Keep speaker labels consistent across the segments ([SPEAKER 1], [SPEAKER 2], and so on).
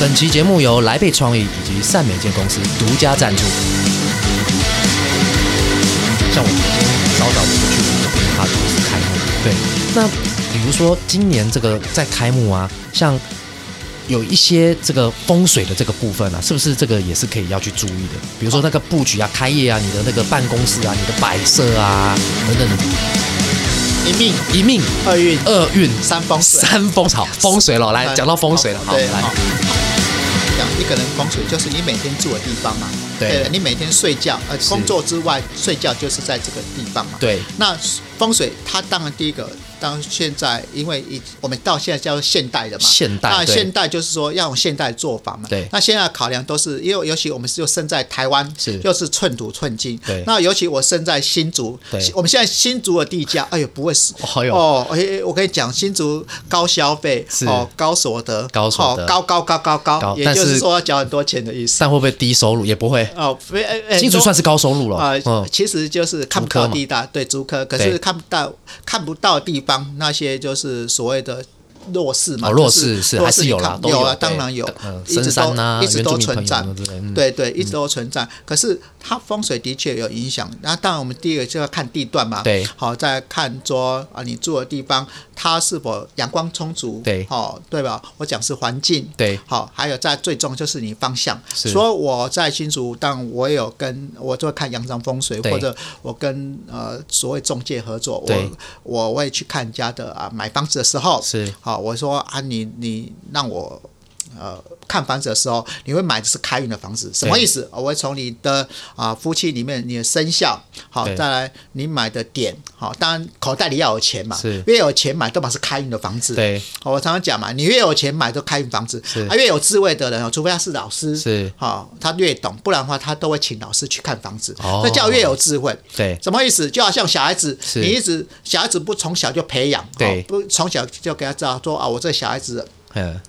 [SPEAKER 1] 本期节目由来贝创意以及善美健公司独家赞助。像我们今天稍早我们去的就是它的公司开幕，对。那比如说今年这个在开幕啊，像有一些这个风水的这个部分啊，是不是这个也是可以要去注意的？比如说那个布局啊、开业啊、你的那个办公室啊、你的摆设啊等等的，
[SPEAKER 2] 一命
[SPEAKER 1] 一命
[SPEAKER 2] 二运
[SPEAKER 1] 二运
[SPEAKER 2] 三风水，
[SPEAKER 1] 三风好风水了，来
[SPEAKER 2] 嗯
[SPEAKER 1] 讲到风水了，好
[SPEAKER 2] 对，
[SPEAKER 1] 来
[SPEAKER 2] 好。讲一个人风水就是你每天住的地方嘛，
[SPEAKER 1] 对
[SPEAKER 2] 你每天睡觉，呃，
[SPEAKER 1] 是
[SPEAKER 2] 工作之外睡觉就是在这个地方嘛。
[SPEAKER 1] 对
[SPEAKER 2] 那风水它当然第一个，当然现在因为一我们到现在叫现代的嘛，
[SPEAKER 1] 现代
[SPEAKER 2] 那
[SPEAKER 1] 对
[SPEAKER 2] 现代就是说要用现代做法嘛。
[SPEAKER 1] 对
[SPEAKER 2] 那现在考量都是因为尤其我们就身在台湾，
[SPEAKER 1] 是
[SPEAKER 2] 又是寸土寸金。
[SPEAKER 1] 对
[SPEAKER 2] 那尤其我身在新竹，
[SPEAKER 1] 对
[SPEAKER 2] 我们现在新竹的地价，哎呦不会死。
[SPEAKER 1] 哎呦
[SPEAKER 2] 哦，哎，我跟你讲，新竹高消费
[SPEAKER 1] 是，
[SPEAKER 2] 哦，高所得，
[SPEAKER 1] 高所得
[SPEAKER 2] 哦高高高高
[SPEAKER 1] 高
[SPEAKER 2] 高，也
[SPEAKER 1] 但
[SPEAKER 2] 就是是说要缴很多钱的意思。
[SPEAKER 1] 但会不会低收入？也不会，
[SPEAKER 2] 哦，非哎哎
[SPEAKER 1] 新竹
[SPEAKER 2] 都
[SPEAKER 1] 算是高收入了。
[SPEAKER 2] 啊、
[SPEAKER 1] 嗯，
[SPEAKER 2] 其实就是看不到地大，对，竹科，可是
[SPEAKER 1] 对
[SPEAKER 2] 看不到看不到地方那些就是所谓的。弱势嘛，
[SPEAKER 1] 哦弱
[SPEAKER 2] 就
[SPEAKER 1] 势是还
[SPEAKER 2] 弱
[SPEAKER 1] 是
[SPEAKER 2] 势
[SPEAKER 1] 有
[SPEAKER 2] 你
[SPEAKER 1] 啦
[SPEAKER 2] 看
[SPEAKER 1] 都
[SPEAKER 2] 有
[SPEAKER 1] 有
[SPEAKER 2] 啊，
[SPEAKER 1] 对
[SPEAKER 2] 当然有
[SPEAKER 1] 嗯，
[SPEAKER 2] 一直
[SPEAKER 1] 深山啊
[SPEAKER 2] 都一直
[SPEAKER 1] 原住
[SPEAKER 2] 都
[SPEAKER 1] 民
[SPEAKER 2] 存
[SPEAKER 1] 朋友
[SPEAKER 2] 在
[SPEAKER 1] 们之类嗯，
[SPEAKER 2] 对对，一直都存在。可是它风水的确有影响，那当然我们第一个就要看地段嘛，
[SPEAKER 1] 对
[SPEAKER 2] 好，再看说啊你住的地方它是否阳光充足，
[SPEAKER 1] 对
[SPEAKER 2] 哦，对吧？我讲是环境，
[SPEAKER 1] 对
[SPEAKER 2] 好，还有在最重就是你方向。
[SPEAKER 1] 是
[SPEAKER 2] 所以我在新竹，但我也有跟我就看阳章风水，
[SPEAKER 1] 对
[SPEAKER 2] 或者我跟呃所谓中介合作，
[SPEAKER 1] 对
[SPEAKER 2] 我我会去看人家的啊买房子的时候，
[SPEAKER 1] 是
[SPEAKER 2] 好，我说啊你你让我。呃，看房子的时候，你会买的是开运的房子，什么
[SPEAKER 1] 对
[SPEAKER 2] 意思？我会从你的啊、夫妻里面你的生肖，好，
[SPEAKER 1] 对
[SPEAKER 2] 再来你买的点，好，当然口袋里要有钱嘛
[SPEAKER 1] 是，
[SPEAKER 2] 越有钱买，都嘛是开运的房子，
[SPEAKER 1] 对，
[SPEAKER 2] 哦我常常讲嘛，你越有钱买都开运房子
[SPEAKER 1] 是，
[SPEAKER 2] 啊，越有智慧的人哦，除非他是老师，
[SPEAKER 1] 是
[SPEAKER 2] 好、他越懂，不然的话他都会请老师去看房子，
[SPEAKER 1] 哦
[SPEAKER 2] 这叫越有智慧。
[SPEAKER 1] 对，
[SPEAKER 2] 什么意思？就好像小孩子，
[SPEAKER 1] 是
[SPEAKER 2] 你一直小孩子不从小就培养，
[SPEAKER 1] 对
[SPEAKER 2] 哦不从小就给他知道说啊，我这小孩子
[SPEAKER 1] 嗯，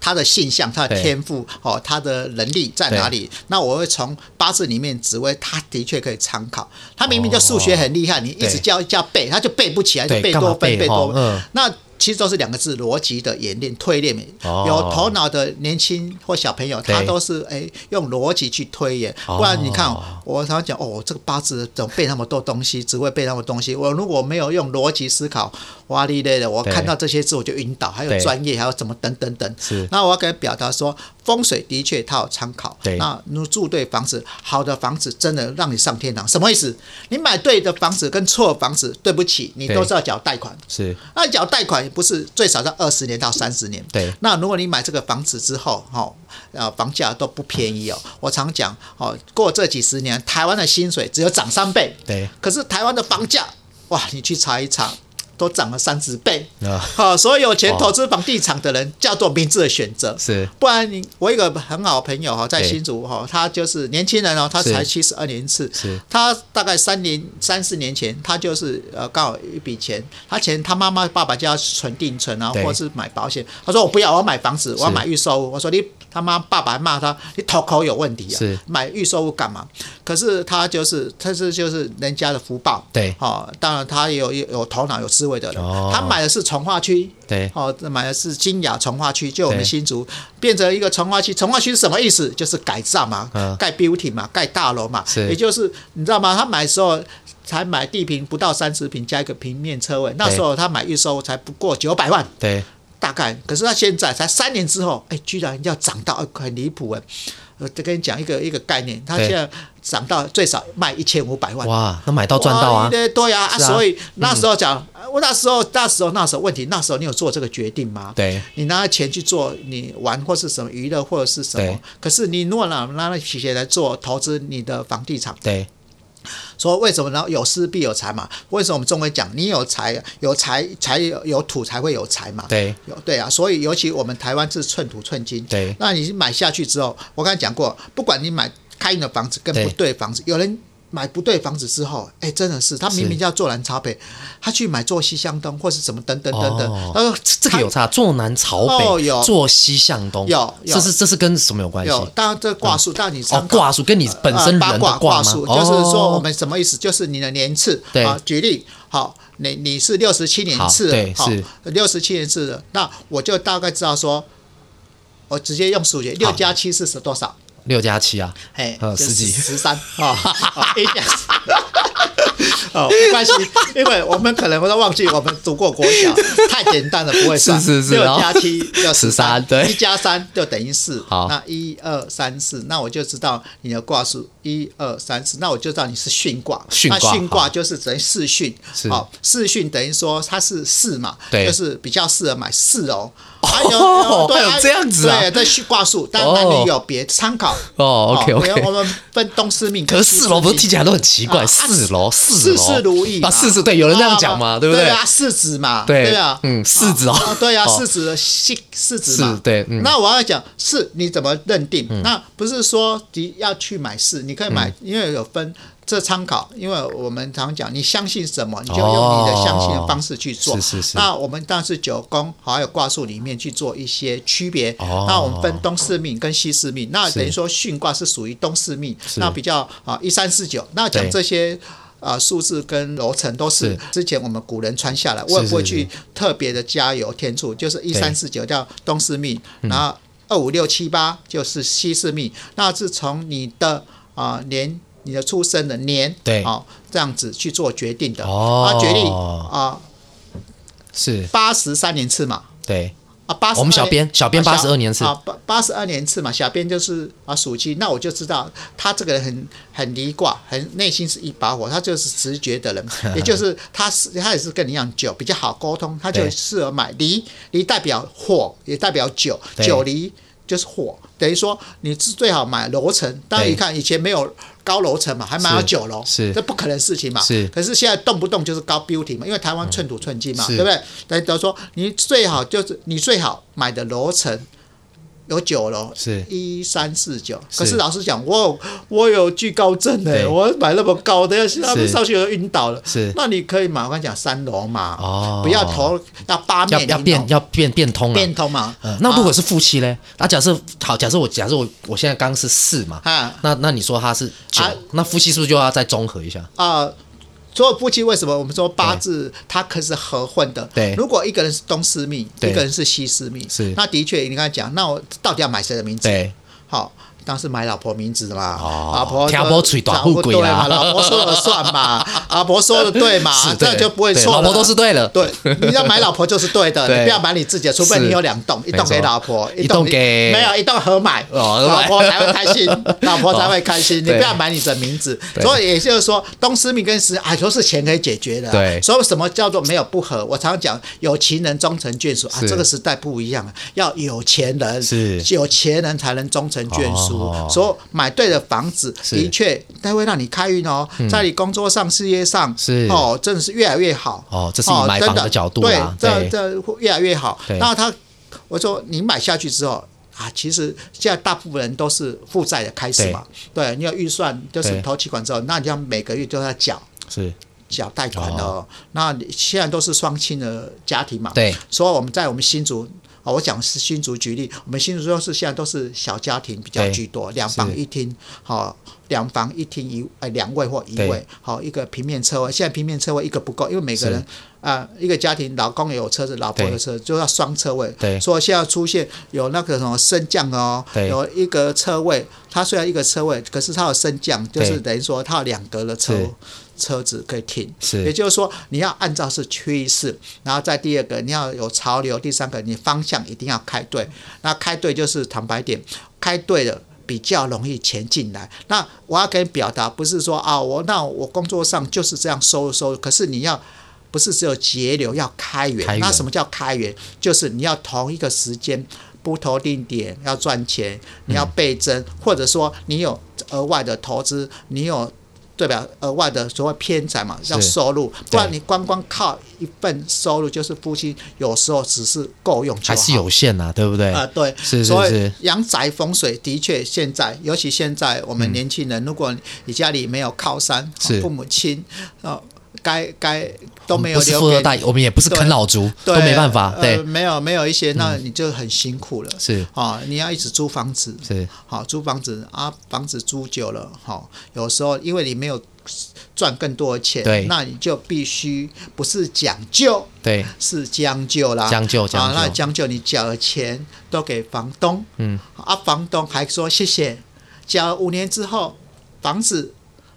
[SPEAKER 2] 他的性向、他的
[SPEAKER 1] 对
[SPEAKER 2] 天赋、哦，他的能力在哪里？那我会从八字里面指挥，他的确可以参考。他明明就数学很厉害，你一直
[SPEAKER 1] 哦对
[SPEAKER 2] 叫叫背，他就背不起来，就
[SPEAKER 1] 对
[SPEAKER 2] 背
[SPEAKER 1] 干嘛
[SPEAKER 2] 多分、
[SPEAKER 1] 背
[SPEAKER 2] 背多分。
[SPEAKER 1] 哦嗯
[SPEAKER 2] 那其实都是两个字：逻辑的演练、推演。
[SPEAKER 1] 哦
[SPEAKER 2] 有头脑的年轻或小朋友，
[SPEAKER 1] 对
[SPEAKER 2] 他都是哎用逻辑去推演。
[SPEAKER 1] 哦
[SPEAKER 2] 不然你看，我常常讲哦，这个八字怎么背那么多东西，只会背那么多东西。我如果没有用逻辑思考，哇哩嘞的，我
[SPEAKER 1] 对
[SPEAKER 2] 看到这些字我就晕倒。还
[SPEAKER 1] 对
[SPEAKER 2] 有专业，还有怎么等等等。
[SPEAKER 1] 是
[SPEAKER 2] 那我要跟他表达说，风水的确它有参考。
[SPEAKER 1] 对
[SPEAKER 2] 那你住对房子，好的房子真的让你上天堂。什么意思？你买对的房子跟错的房子，对不起，你
[SPEAKER 1] 对
[SPEAKER 2] 都是要缴贷款。
[SPEAKER 1] 是
[SPEAKER 2] 那缴贷款也不是最少在二十年到三十年。
[SPEAKER 1] 对
[SPEAKER 2] 那如果你买这个房子之后，哈、哦，呃，房价都不便宜哦。我常讲，哦，过这几十年，台湾的薪水只有涨三倍。
[SPEAKER 1] 对。嗯
[SPEAKER 2] 可是台湾的房价，哇，你去查一查，都涨了三十倍。
[SPEAKER 1] 啊
[SPEAKER 2] 好、所以有钱
[SPEAKER 1] 哦
[SPEAKER 2] 投资房地产的人叫做明智的选择。
[SPEAKER 1] 是
[SPEAKER 2] 不然你我有一个很好的朋友哈，在
[SPEAKER 1] 对
[SPEAKER 2] 新竹哈，他就是年轻人哦，他才
[SPEAKER 1] 是
[SPEAKER 2] 七十二年次
[SPEAKER 1] 是，
[SPEAKER 2] 他大概三年三四年前，他就是呃刚好有一笔钱，他钱他妈妈爸爸叫他存定存啊，
[SPEAKER 1] 对
[SPEAKER 2] 或是买保险，他说我不要，我要买房子，我要买预售屋，我说你他妈爸爸还骂他，你头口有问题啊
[SPEAKER 1] 是，
[SPEAKER 2] 买预售屋干嘛？可是他就是他是就是人家的福报，
[SPEAKER 1] 对
[SPEAKER 2] 哦，当然他也有有有头脑有智慧的人，
[SPEAKER 1] 哦
[SPEAKER 2] 他买的是从化区，
[SPEAKER 1] 对
[SPEAKER 2] 哦，买的是金雅从化区，就我们
[SPEAKER 1] 对
[SPEAKER 2] 新竹变成一个从化区。从化区是什么意思？就是改造嘛，
[SPEAKER 1] 嗯
[SPEAKER 2] 盖 building 嘛，盖大楼嘛。
[SPEAKER 1] 是
[SPEAKER 2] 也就是你知道吗？他买的时候才买地坪不到三十平，加一个平面车位。那时候他买预售才不过九百万，
[SPEAKER 1] 对，
[SPEAKER 2] 大概。可是他现在才三年之后，哎，居然要涨到很离谱哎！我再跟你讲一个一个概念，他
[SPEAKER 1] 对
[SPEAKER 2] 现在涨到最少卖一千五百万。
[SPEAKER 1] 哇，那买到赚到
[SPEAKER 2] 哇
[SPEAKER 1] 啊，
[SPEAKER 2] 对对啊，啊
[SPEAKER 1] 是啊
[SPEAKER 2] 所以那时候讲，我那时候那时候那时候问题，那时候你有做这个决定吗？
[SPEAKER 1] 对，
[SPEAKER 2] 你拿了钱去做你玩或是什么娱乐或者是什
[SPEAKER 1] 对
[SPEAKER 2] 么，可是你如果拿拿了钱来做投资你的房地产，
[SPEAKER 1] 对，
[SPEAKER 2] 说为什么呢？有失必有财嘛？为什么我们中国人讲你有财有财才有有土才会有财嘛？
[SPEAKER 1] 对，
[SPEAKER 2] 有对啊，所以尤其我们台湾是寸土寸金，
[SPEAKER 1] 对
[SPEAKER 2] 那你买下去之后，我刚才讲过，不管你买开运的房子跟
[SPEAKER 1] 对
[SPEAKER 2] 不对房子，有人买不对房子之后，哎，真的是他明明
[SPEAKER 1] 是
[SPEAKER 2] 要做南朝北，他去买做西向东或是什么等等等等
[SPEAKER 1] 哦，
[SPEAKER 2] 他说
[SPEAKER 1] 这个有差，坐南朝
[SPEAKER 2] 哦
[SPEAKER 1] 北，
[SPEAKER 2] 有
[SPEAKER 1] 坐西向东，
[SPEAKER 2] 有有
[SPEAKER 1] 这是这是跟什么有关系？
[SPEAKER 2] 有，当然这卦数，当然你
[SPEAKER 1] 哦
[SPEAKER 2] 参，考
[SPEAKER 1] 卦数跟你本身
[SPEAKER 2] 呃
[SPEAKER 1] 人
[SPEAKER 2] 八
[SPEAKER 1] 的
[SPEAKER 2] 卦
[SPEAKER 1] 卦吗？
[SPEAKER 2] 数，
[SPEAKER 1] 哦
[SPEAKER 2] 就是说我们什么意思？就是你的年次。
[SPEAKER 1] 对
[SPEAKER 2] 啊，举例，好，你你是六十七年
[SPEAKER 1] 好
[SPEAKER 2] 次的
[SPEAKER 1] 对，
[SPEAKER 2] 好
[SPEAKER 1] 是，
[SPEAKER 2] 六十七年次的，那我就大概知道说。我直接用数学，六加七是多少？
[SPEAKER 1] 六加七啊，
[SPEAKER 2] 哎
[SPEAKER 1] 呃，十几
[SPEAKER 2] 十三啊， 一加十。哦，没 关系，因为我们可能都忘记我们读过国小，太简单了不会算。
[SPEAKER 1] 是是是
[SPEAKER 2] 六
[SPEAKER 1] 然后
[SPEAKER 2] 加七要
[SPEAKER 1] 13对
[SPEAKER 2] 一加三就等于四。
[SPEAKER 1] 好
[SPEAKER 2] 那一二三四，那我就知道你的卦数一二三四，那我就知道你是巽卦。
[SPEAKER 1] 巽
[SPEAKER 2] 那
[SPEAKER 1] 卦
[SPEAKER 2] 巽卦
[SPEAKER 1] 好
[SPEAKER 2] 就是等于四巽
[SPEAKER 1] 是，
[SPEAKER 2] 好、四巽等于说它是四嘛，
[SPEAKER 1] 对
[SPEAKER 2] 就是比较适合买 四哦。还
[SPEAKER 1] 哦
[SPEAKER 2] 对，
[SPEAKER 1] 还有
[SPEAKER 2] 啊
[SPEAKER 1] 这样子啊
[SPEAKER 2] 对，这巽卦数，但男
[SPEAKER 1] 哦
[SPEAKER 2] 女有别，参考。
[SPEAKER 1] 哦，OK
[SPEAKER 2] 因为
[SPEAKER 1] OK。
[SPEAKER 2] 我们分东四命
[SPEAKER 1] 可
[SPEAKER 2] 跟
[SPEAKER 1] 是
[SPEAKER 2] 西四命，
[SPEAKER 1] 四楼不是听起来都很奇怪，
[SPEAKER 2] 啊
[SPEAKER 1] 四楼四
[SPEAKER 2] 事
[SPEAKER 1] 楼
[SPEAKER 2] 事如意
[SPEAKER 1] 啊，
[SPEAKER 2] 嘛
[SPEAKER 1] 四子对，有人这样讲嘛，
[SPEAKER 2] 啊
[SPEAKER 1] 对不
[SPEAKER 2] 对
[SPEAKER 1] 对？
[SPEAKER 2] 啊，世子嘛，
[SPEAKER 1] 对
[SPEAKER 2] 啊，
[SPEAKER 1] 嗯世子哦
[SPEAKER 2] 啊对啊，
[SPEAKER 1] 哦
[SPEAKER 2] 世子的世世子嘛
[SPEAKER 1] 是，对嗯
[SPEAKER 2] 那我要讲是，你怎么认定？那不是说你要去买是，你可以
[SPEAKER 1] 嗯
[SPEAKER 2] 买，因为有分。这参考，因为我们常讲，你相信什么，你就用你的相信的方式去做。
[SPEAKER 1] 哦是是是
[SPEAKER 2] 那我们当然是九宫还有卦数里面去做一些区别。
[SPEAKER 1] 哦
[SPEAKER 2] 那我们分东四命跟西四命，那等于说巽卦是属于东四命，那比较啊一三四九，那讲
[SPEAKER 1] 对
[SPEAKER 2] 这些。啊，数字跟楼层都是
[SPEAKER 1] 是
[SPEAKER 2] 之前我们古人传下来，我也不会去特别的加油添醋，就是一三四九叫东四命，
[SPEAKER 1] 嗯
[SPEAKER 2] 然后二五六七八就是西四命，那是从你的啊、年、你的出生的年，
[SPEAKER 1] 对
[SPEAKER 2] 哦，这样子去做决定的，
[SPEAKER 1] 哦
[SPEAKER 2] 啊，决定啊
[SPEAKER 1] 是，
[SPEAKER 2] 八十三年次嘛，
[SPEAKER 1] 对，
[SPEAKER 2] 啊，八
[SPEAKER 1] 我们小编小编82年次
[SPEAKER 2] 啊，八八十二年次嘛，小编就是啊属鸡，那我就知道他这个人很很离卦，很内心是一把火，他就是直觉的 人，也就是他是他也是跟你一样酒比较好沟通，他就
[SPEAKER 1] 对
[SPEAKER 2] 适合买离离代表火，也代表酒，
[SPEAKER 1] 对
[SPEAKER 2] 酒离就是火，等于说你是最好买楼层，当然
[SPEAKER 1] 对
[SPEAKER 2] 你看以前没有。高楼层嘛，还买到
[SPEAKER 1] 是
[SPEAKER 2] 九楼，
[SPEAKER 1] 是
[SPEAKER 2] 这不可能的事情嘛。
[SPEAKER 1] 是
[SPEAKER 2] 可是现在动不动就是高 beauty 嘛，因为台湾寸土寸金嘛，
[SPEAKER 1] 嗯是
[SPEAKER 2] 对不对？等于说你最好就是你最好买的楼层有九楼，
[SPEAKER 1] 是
[SPEAKER 2] 一三四九。
[SPEAKER 1] 是
[SPEAKER 2] 可是老实讲，我有我有惧高症哎、
[SPEAKER 1] 对
[SPEAKER 2] 我买那么高的，要是他们
[SPEAKER 1] 是
[SPEAKER 2] 上去都晕倒了。
[SPEAKER 1] 是
[SPEAKER 2] 那你可以买我跟你讲三楼嘛，
[SPEAKER 1] 哦
[SPEAKER 2] 不要头要八
[SPEAKER 1] 要
[SPEAKER 2] 面
[SPEAKER 1] 要
[SPEAKER 2] 玲珑
[SPEAKER 1] 变要变变通了。
[SPEAKER 2] 变啊通嘛。
[SPEAKER 1] 嗯那如果是夫妻嘞？那假设好，假设我假设我我现在刚是四嘛，
[SPEAKER 2] 啊
[SPEAKER 1] 那那你说他是九
[SPEAKER 2] 啊，
[SPEAKER 1] 那夫妻是不是就要再综合一下？
[SPEAKER 2] 啊、所有夫妻为什么我们说八字它可是合混的？
[SPEAKER 1] 对
[SPEAKER 2] 如果一个人是东四命，
[SPEAKER 1] 对
[SPEAKER 2] 一个人是西四命，
[SPEAKER 1] 是
[SPEAKER 2] 那的确你刚才讲，那我到底要买谁的名字？
[SPEAKER 1] 对，
[SPEAKER 2] 好，当时买老婆名字的嘛，
[SPEAKER 1] 哦
[SPEAKER 2] 老婆
[SPEAKER 1] 听
[SPEAKER 2] 说
[SPEAKER 1] 不出大富贵
[SPEAKER 2] 对
[SPEAKER 1] 啦
[SPEAKER 2] 嘛，老婆说了算 嘛，老婆说的对嘛
[SPEAKER 1] 是，
[SPEAKER 2] 这
[SPEAKER 1] 对
[SPEAKER 2] 就不会
[SPEAKER 1] 对
[SPEAKER 2] 错了，
[SPEAKER 1] 老婆都是对的
[SPEAKER 2] 对，你要买老婆就是对的，
[SPEAKER 1] 对
[SPEAKER 2] 你不要买你自己的，除非
[SPEAKER 1] 是
[SPEAKER 2] 你有两栋，一
[SPEAKER 1] 没
[SPEAKER 2] 栋
[SPEAKER 1] 错
[SPEAKER 2] 给老婆，
[SPEAKER 1] 一栋给
[SPEAKER 2] 没有一栋合买，
[SPEAKER 1] 哦合
[SPEAKER 2] 老
[SPEAKER 1] 买
[SPEAKER 2] 婆才会开心， 老婆才会开心，你
[SPEAKER 1] 对
[SPEAKER 2] 不要买你的名字。
[SPEAKER 1] 对
[SPEAKER 2] 所以也就是说，东施命跟石啊都是钱可以解决的啊，
[SPEAKER 1] 对
[SPEAKER 2] 所以什么叫做没有不合？我常讲有情人终成眷属啊
[SPEAKER 1] 是，
[SPEAKER 2] 这个时代不一样啊，要有钱人
[SPEAKER 1] 是
[SPEAKER 2] 有钱人才能终成眷属，
[SPEAKER 1] 哦
[SPEAKER 2] 所以买对了房子，
[SPEAKER 1] 是嗯
[SPEAKER 2] 的确它会让你开运哦，在你工作上、事业上，
[SPEAKER 1] 是
[SPEAKER 2] 哦，真的是越来越好
[SPEAKER 1] 哦这是以买
[SPEAKER 2] 真
[SPEAKER 1] 房的角度
[SPEAKER 2] 对
[SPEAKER 1] 啦，
[SPEAKER 2] 这
[SPEAKER 1] 对
[SPEAKER 2] 这会越来越好
[SPEAKER 1] 对。
[SPEAKER 2] 那他，我说你买下去之后。啊，其实现在大部分人都是负债的开始嘛，对，你有预算就是
[SPEAKER 1] 对
[SPEAKER 2] 投期款之后，那你要每个月都要缴
[SPEAKER 1] 是
[SPEAKER 2] 缴贷款的、哦。那你现在都是双亲的家庭嘛，
[SPEAKER 1] 对，
[SPEAKER 2] 所以我们在我们新竹。啊，我讲是新竹举例，我们新竹都是现在都是小家庭比较
[SPEAKER 1] 对
[SPEAKER 2] 居多，两房
[SPEAKER 1] 是
[SPEAKER 2] 一厅，好、两房一厅一呃两位或一
[SPEAKER 1] 对
[SPEAKER 2] 位，好、一个平面车位。现在平面车位一个不够，因为每个
[SPEAKER 1] 是
[SPEAKER 2] 人啊、一个家庭老公也有车子，老婆
[SPEAKER 1] 对
[SPEAKER 2] 有车子，就要双车位。
[SPEAKER 1] 对
[SPEAKER 2] 所以现在出现有那个什么升降哦，
[SPEAKER 1] 对
[SPEAKER 2] 有一个车位，它虽然一个车位，可是它有升降，就是
[SPEAKER 1] 对
[SPEAKER 2] 等于说它有两格的车
[SPEAKER 1] 是
[SPEAKER 2] 车子可以停。
[SPEAKER 1] 是
[SPEAKER 2] 也就是说，你要按照是趋势，然后再第二个你要有潮流，第三个你方向一定要开对。那开对就是坦白点，开对了。比较容易钱进来。那我要跟你表达，不是说啊，我那我工作上就是这样收一收，可是你要不是只有节流，要开源。
[SPEAKER 1] 开源
[SPEAKER 2] 那什么叫开源？就是你要同一个时间不投定点，要赚钱，
[SPEAKER 1] 嗯
[SPEAKER 2] 你要倍增，或者说你有额外的投资，你有对吧？额外的所谓偏财嘛，叫收入，不然你光光靠一份收入，就是夫妻有时候只是够用就好，
[SPEAKER 1] 还是有限呐，对不对？
[SPEAKER 2] 啊，对，
[SPEAKER 1] 是是
[SPEAKER 2] 所以
[SPEAKER 1] 是
[SPEAKER 2] 阳宅风水的确现在，尤其现在我们年轻人，如果你家里没有靠山，啊
[SPEAKER 1] 是
[SPEAKER 2] 父母亲，呃，该该都没有
[SPEAKER 1] 不是
[SPEAKER 2] 留
[SPEAKER 1] 富
[SPEAKER 2] 给
[SPEAKER 1] 二代，我们也不是啃老族，
[SPEAKER 2] 对
[SPEAKER 1] 都没办法。
[SPEAKER 2] 呃
[SPEAKER 1] 对，嗯
[SPEAKER 2] 没有没有一些，那你就很辛苦了。
[SPEAKER 1] 是
[SPEAKER 2] 啊、你要一直租房子，
[SPEAKER 1] 是
[SPEAKER 2] 好、租房子啊，房子租久了，好、有时候因为你没有赚更多的钱，
[SPEAKER 1] 对
[SPEAKER 2] 那你就必须不是讲究，
[SPEAKER 1] 对，
[SPEAKER 2] 是将就啦。
[SPEAKER 1] 将就
[SPEAKER 2] 啊
[SPEAKER 1] 将，
[SPEAKER 2] 那
[SPEAKER 1] 就，
[SPEAKER 2] 将就你缴的钱都给房东，
[SPEAKER 1] 嗯，
[SPEAKER 2] 啊，房东还说谢谢，缴了五年之后，房子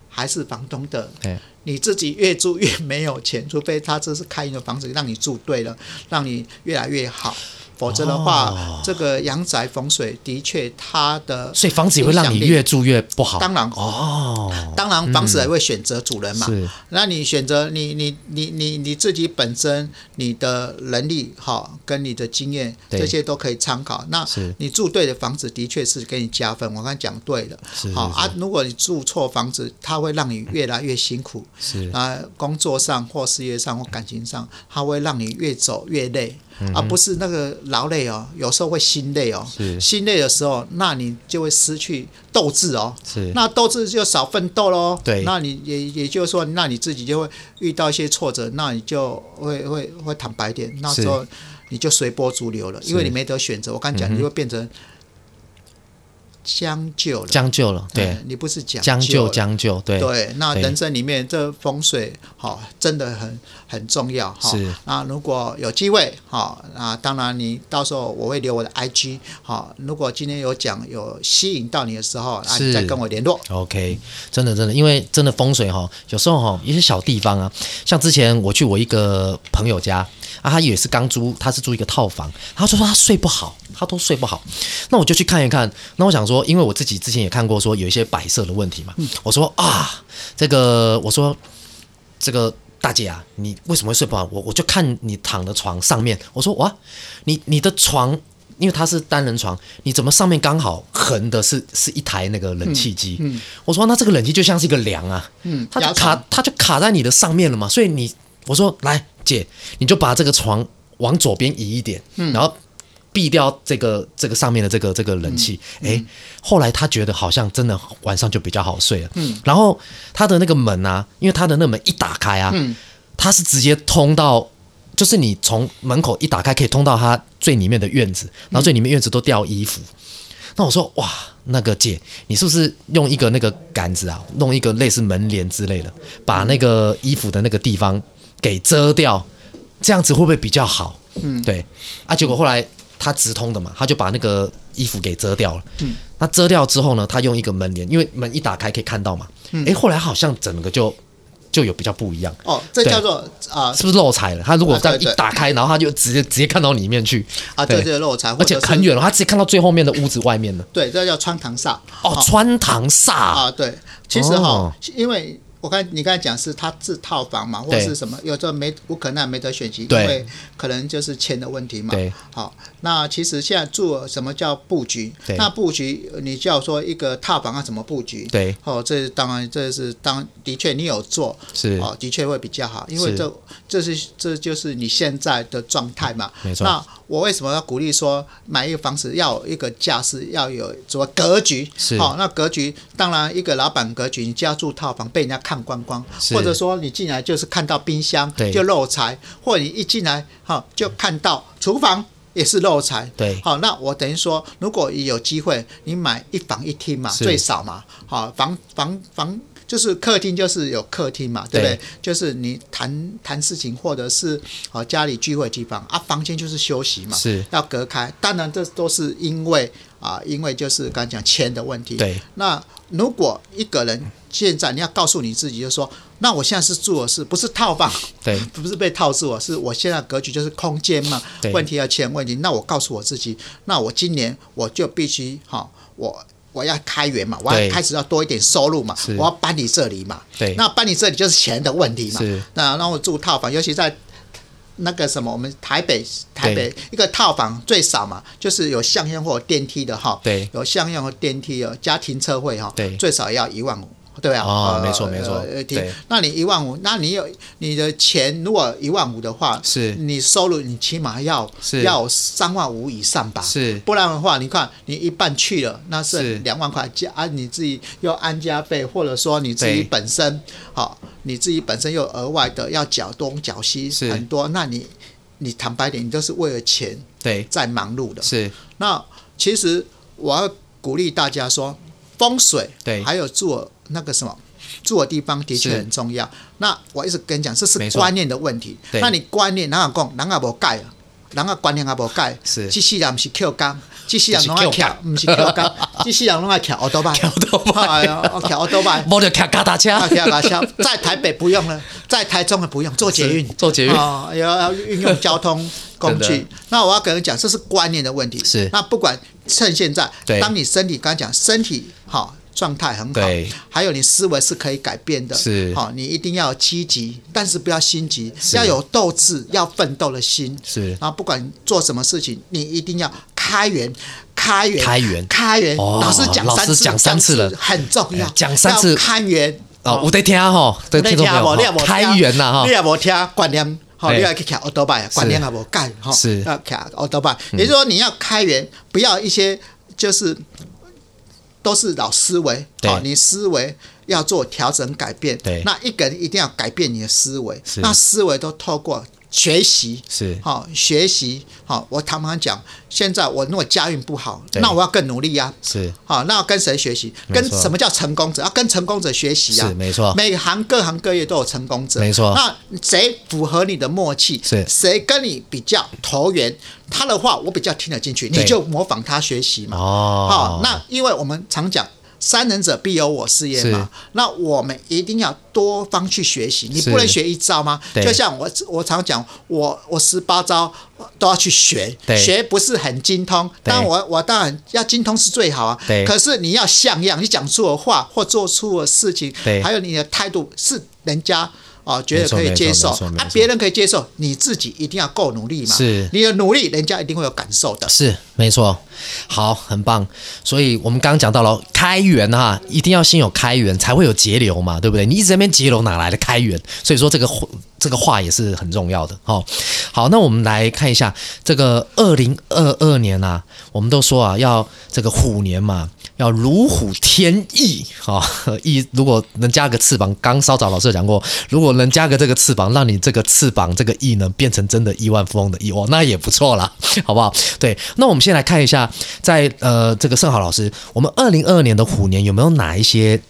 [SPEAKER 2] 还是房东的，
[SPEAKER 1] 对，
[SPEAKER 2] 你自己越住越没有钱，除非他这是开一个房子让你住对了，让你越来越好，否则的话，这个阳宅风水的确它的，
[SPEAKER 1] 哦所以房子也会让你越住越不好。
[SPEAKER 2] 当然
[SPEAKER 1] 哦，嗯
[SPEAKER 2] 当然房子也会选择主人嘛，
[SPEAKER 1] 是
[SPEAKER 2] 那你选择你你你你你自己本身你的能力哈，跟你的经验
[SPEAKER 1] 对
[SPEAKER 2] 这些都可以参考。那
[SPEAKER 1] 是
[SPEAKER 2] 你住对的房子的确是给你加分，我刚才讲对了。
[SPEAKER 1] 是
[SPEAKER 2] 好
[SPEAKER 1] 是
[SPEAKER 2] 啊，如果你住错房子，它会让你越来越辛苦
[SPEAKER 1] 是
[SPEAKER 2] 啊，工作上或事业上或感情上，它会让你越走越累。
[SPEAKER 1] 嗯
[SPEAKER 2] 而、不是那个劳累哦，有时候会心累哦
[SPEAKER 1] 是，
[SPEAKER 2] 心累的时候，那你就会失去斗志哦，
[SPEAKER 1] 是，
[SPEAKER 2] 那斗志就少奋斗喽。
[SPEAKER 1] 对
[SPEAKER 2] 那你也也就是说，那你自己就会遇到一些挫折，那你就会会会坦白一点，那时候你就随波逐流了，因为你没得选择。我刚
[SPEAKER 1] 嗯
[SPEAKER 2] 讲，你就会变成将就了。
[SPEAKER 1] 将就了，对
[SPEAKER 2] 嗯，，你不是讲
[SPEAKER 1] 将就
[SPEAKER 2] 了
[SPEAKER 1] 将就，对，
[SPEAKER 2] 对，那
[SPEAKER 1] 对
[SPEAKER 2] 人生里面这风水好、真的很很重要哈。
[SPEAKER 1] 是
[SPEAKER 2] 那如果有机会好、那当然你到时候我会留我的 IG 好、如果今天有讲有吸引到你的时候，啊，
[SPEAKER 1] 是
[SPEAKER 2] 你再跟我联络。
[SPEAKER 1] OK，真的真的，因为真的风水哈、有时候哈、一些小地方啊，像之前我去我一个朋友家啊，他也是刚租，他是租一个套房，他就说他睡不好，他都睡不好。那我就去看一看，那我想说，因为我自己之前也看过说有一些摆设的问题嘛，
[SPEAKER 2] 嗯
[SPEAKER 1] 我说啊，这个我说这个大姐啊，你为什么会睡不好？我我就看你躺的床上面，我说哇，你你的床。因为它是单人床，你怎么上面刚好横的是是一台那个冷气机？我说那这个冷气就像是一个梁啊，
[SPEAKER 2] 嗯
[SPEAKER 1] 它就
[SPEAKER 2] 牙
[SPEAKER 1] 卡
[SPEAKER 2] 床
[SPEAKER 1] 它就卡在你的上面了嘛。所以你我说来姐，你就把这个床往左边移一点，
[SPEAKER 2] 嗯
[SPEAKER 1] 然后避掉这个这个上面的这个这个冷气。诶，后来他觉得好像真的晚上就比较好睡了。嗯，然后他的那个门啊，因为他的那门一打开啊，
[SPEAKER 2] 嗯
[SPEAKER 1] 它是直接通到。就是你从门口一打开，可以通到它最里面的院子，然后最里面院子都吊衣服。那我说哇，那个姐，你是不是用一个那个杆子啊，弄一个类似门帘之类的，把那个衣服的那个地方给遮掉，这样子会不会比较好？嗯，对。啊，结果后来他直通的嘛，他就把那个衣服给遮掉了。嗯，那遮掉之后呢，他用一个门帘，因为门一打开可以看到嘛。嗯，哎，后来好像整个就就有比较不一样。
[SPEAKER 2] 哦，这
[SPEAKER 1] 对
[SPEAKER 2] 叫做啊
[SPEAKER 1] 是不是漏财了？他如果这样
[SPEAKER 2] 啊
[SPEAKER 1] 一
[SPEAKER 2] 对对
[SPEAKER 1] 打开，然后他就直接直接看到里面去，
[SPEAKER 2] 啊，
[SPEAKER 1] 对
[SPEAKER 2] 对对，漏财，或
[SPEAKER 1] 而且
[SPEAKER 2] 者是
[SPEAKER 1] 很远了，他直接看到最后面的屋子外面了。
[SPEAKER 2] 对，这叫穿堂煞。
[SPEAKER 1] 哦，穿堂煞，
[SPEAKER 2] 啊，对，其实哈、
[SPEAKER 1] 哦
[SPEAKER 2] 因为我刚你刚才讲是他自套房嘛，或
[SPEAKER 1] 对
[SPEAKER 2] 是什么，有时候没无可奈没得选择，因
[SPEAKER 1] 对
[SPEAKER 2] 为可能就是钱的问题嘛。
[SPEAKER 1] 对，
[SPEAKER 2] 好，那其实现在做什么叫布局
[SPEAKER 1] 对？
[SPEAKER 2] 那布局你就要说一个套房要怎么布局？
[SPEAKER 1] 对，
[SPEAKER 2] 哦，这当然这是当的确你有做，
[SPEAKER 1] 是
[SPEAKER 2] 哦，的确会比较好，因为
[SPEAKER 1] 是
[SPEAKER 2] 这这是这就是你现在的状态嘛。
[SPEAKER 1] 没错
[SPEAKER 2] 那我为什么要鼓励说买一个房子要有一个架势，要有什么格局？哦
[SPEAKER 1] 是
[SPEAKER 2] 好、那格局当然一个老板格局，你家住套房被人家看光光，
[SPEAKER 1] 是
[SPEAKER 2] 或者说你进来就是看到冰箱
[SPEAKER 1] 对
[SPEAKER 2] 就漏财，或者你一进来哈、就看到厨房。也是漏财，
[SPEAKER 1] 对
[SPEAKER 2] 好、那我等于说，如果有机会，你买一房一厅嘛，
[SPEAKER 1] 是
[SPEAKER 2] 最少嘛，好、房房房就是客厅就是有客厅嘛，对不对？
[SPEAKER 1] 对
[SPEAKER 2] 就是你谈谈事情或者是好、家里聚会地方啊，房间就是休息嘛，
[SPEAKER 1] 是
[SPEAKER 2] 要隔开。当然这都是因为啊、因为就是刚才讲钱的问题。
[SPEAKER 1] 对，
[SPEAKER 2] 那如果一个人现在你要告诉你自己，就是说，那我现在是住的是不是套房？
[SPEAKER 1] 对，
[SPEAKER 2] 不是被套住啊，是我现在格局就是空间嘛
[SPEAKER 1] 对，
[SPEAKER 2] 问题要钱问题。那我告诉我自己，那我今年我就必须哈、我我要开源嘛，我
[SPEAKER 1] 对
[SPEAKER 2] 要开始要多一点收入嘛
[SPEAKER 1] 是，
[SPEAKER 2] 我要搬离这里嘛。
[SPEAKER 1] 对
[SPEAKER 2] 那搬离这里就是钱的问题嘛
[SPEAKER 1] 是。
[SPEAKER 2] 那让我住套房，尤其在。那个什么，我们台北台北一个套房最少嘛，就是有香烟或有电梯的哈，
[SPEAKER 1] 对
[SPEAKER 2] 有香烟和电梯哦，加停车位哈，
[SPEAKER 1] 对
[SPEAKER 2] 最少要一万五，对吧？
[SPEAKER 1] 哦
[SPEAKER 2] 呃
[SPEAKER 1] 没错没错
[SPEAKER 2] 呃停
[SPEAKER 1] 对
[SPEAKER 2] 那你一万五，那你有你的钱，如果一万五的话，
[SPEAKER 1] 是
[SPEAKER 2] 你收入你起码要
[SPEAKER 1] 是
[SPEAKER 2] 要三万五以上吧？
[SPEAKER 1] 是
[SPEAKER 2] 不然的话，你看你一半去了，那
[SPEAKER 1] 是
[SPEAKER 2] 剩两万块加，啊，你自己又安家费，或者说你自
[SPEAKER 1] 对
[SPEAKER 2] 己本身好、你自己本身又额外的要缴东缴西
[SPEAKER 1] 是
[SPEAKER 2] 很多，那你你坦白点，你都是为了钱
[SPEAKER 1] 对，
[SPEAKER 2] 在忙碌的。
[SPEAKER 1] 是
[SPEAKER 2] 那其实我要鼓励大家说，风水
[SPEAKER 1] 对
[SPEAKER 2] 还有做那个什么住的地方的确
[SPEAKER 1] 是
[SPEAKER 2] 很重要。那我一直跟你讲，这是
[SPEAKER 1] 没错
[SPEAKER 2] 观念的问题。
[SPEAKER 1] 对
[SPEAKER 2] 那你观念哪有讲，人也无改啊，人啊观念也无改，
[SPEAKER 1] 是
[SPEAKER 2] 这世人不是扣工，这世人拢爱
[SPEAKER 1] 就是
[SPEAKER 2] 徛
[SPEAKER 1] 扣，
[SPEAKER 2] 不是扣工，这世人拢 爱徛奥多拜，
[SPEAKER 1] 徛奥多拜
[SPEAKER 2] 哎呀，徛奥多拜。
[SPEAKER 1] 摸着卡嘎达
[SPEAKER 2] 啊，
[SPEAKER 1] 枪，
[SPEAKER 2] 第二个像在台北不 用了，在台中也不用，坐捷运
[SPEAKER 1] 是，坐捷运
[SPEAKER 2] 啊，要要运用交通工
[SPEAKER 1] 真的
[SPEAKER 2] 具。那我要跟人讲，这是观念的问题。
[SPEAKER 1] 是
[SPEAKER 2] 那不管趁现在
[SPEAKER 1] 对，
[SPEAKER 2] 当你身体刚才讲身体好。状态很好
[SPEAKER 1] 对，
[SPEAKER 2] 还有你思维是可以改变的，
[SPEAKER 1] 是
[SPEAKER 2] 好、你一定要积极，但是不要心急，
[SPEAKER 1] 是
[SPEAKER 2] 要有斗志，要奋斗的心，
[SPEAKER 1] 是
[SPEAKER 2] 啊，不管做什么事情，你一定要开源，开源，
[SPEAKER 1] 开源
[SPEAKER 2] 开源，
[SPEAKER 1] 哦
[SPEAKER 2] 老师讲
[SPEAKER 1] 老
[SPEAKER 2] 三
[SPEAKER 1] 师
[SPEAKER 2] 次，
[SPEAKER 1] 讲三次了
[SPEAKER 2] 很重要
[SPEAKER 1] 哎，讲三次
[SPEAKER 2] 要开源
[SPEAKER 1] 哦，我在听吼，对
[SPEAKER 2] 你
[SPEAKER 1] 听众朋
[SPEAKER 2] 无，你
[SPEAKER 1] 友哦
[SPEAKER 2] 也
[SPEAKER 1] 吼，
[SPEAKER 2] 无听啊
[SPEAKER 1] 开源呐哈
[SPEAKER 2] 你，也无听观念，吼，
[SPEAKER 1] 嘿
[SPEAKER 2] 你也去徛奥多拜，观念也无改，吼，
[SPEAKER 1] 是嗯
[SPEAKER 2] 要徛奥多拜，也就是说你要开源，不要一些就是都是老思维，
[SPEAKER 1] 对
[SPEAKER 2] 好，你思维要做调整改变，
[SPEAKER 1] 对
[SPEAKER 2] 那一个人一定要改变你的思维
[SPEAKER 1] 是，
[SPEAKER 2] 那思维都透过学习，
[SPEAKER 1] 是
[SPEAKER 2] 好、学习，好、我常常讲，现在我如果家运不好，
[SPEAKER 1] 对
[SPEAKER 2] 那我要更努力呀、啊。
[SPEAKER 1] 是
[SPEAKER 2] 好、那要跟谁学习？
[SPEAKER 1] 没
[SPEAKER 2] 跟
[SPEAKER 1] 错
[SPEAKER 2] 什么叫成功者？要跟成功者学习啊！
[SPEAKER 1] 是没错
[SPEAKER 2] 每行各行各业都有成功者，
[SPEAKER 1] 没错
[SPEAKER 2] 那谁符合你的默契？
[SPEAKER 1] 是
[SPEAKER 2] 谁跟你比较投缘？他的话我比较听得进去，
[SPEAKER 1] 对
[SPEAKER 2] 你就模仿他学习嘛。
[SPEAKER 1] 哦，
[SPEAKER 2] 好、那因为我们常讲。三人者必有我师焉嘛，那我们一定要多方去学习，你
[SPEAKER 1] 是
[SPEAKER 2] 不能学一招吗？
[SPEAKER 1] 对
[SPEAKER 2] 就像我我常讲，我我十八招都要去学，
[SPEAKER 1] 对
[SPEAKER 2] 学不是很精通，
[SPEAKER 1] 对
[SPEAKER 2] 但我我当然要精通是最好啊
[SPEAKER 1] 对。
[SPEAKER 2] 可是你要像样，你讲出的话或做出的事情
[SPEAKER 1] 对，
[SPEAKER 2] 还有你的态度是人家。哦，觉
[SPEAKER 1] 没
[SPEAKER 2] 得
[SPEAKER 1] 错
[SPEAKER 2] 可以
[SPEAKER 1] 没错
[SPEAKER 2] 接受
[SPEAKER 1] 没错没
[SPEAKER 2] 啊
[SPEAKER 1] 错，
[SPEAKER 2] 别人可以接受，你自己一定要够努力嘛。
[SPEAKER 1] 是
[SPEAKER 2] 你的努力，人家一定会有感受的。
[SPEAKER 1] 是没错，好，很棒。所以我们刚刚讲到了开源哈，一定要先有开源，才会有节流嘛，对不对？你一直在那边节流，哪来的开源？所以说这个话这个话也是很重要的。好、哦，好，那我们来看一下这个二零二二年啊，我们都说啊，要这个虎年嘛，要如虎添翼啊、哦，翼如果能加个翅膀，刚稍早老师有讲过，如果能加个这个翅膀，让你这个翅膀这个翼呢变成真的亿万富翁的翼哦，那也不错啦，好不好？对，那我们先来看一下，在呃这个盛豪老师，我们二零二二年的虎年有没有哪一些？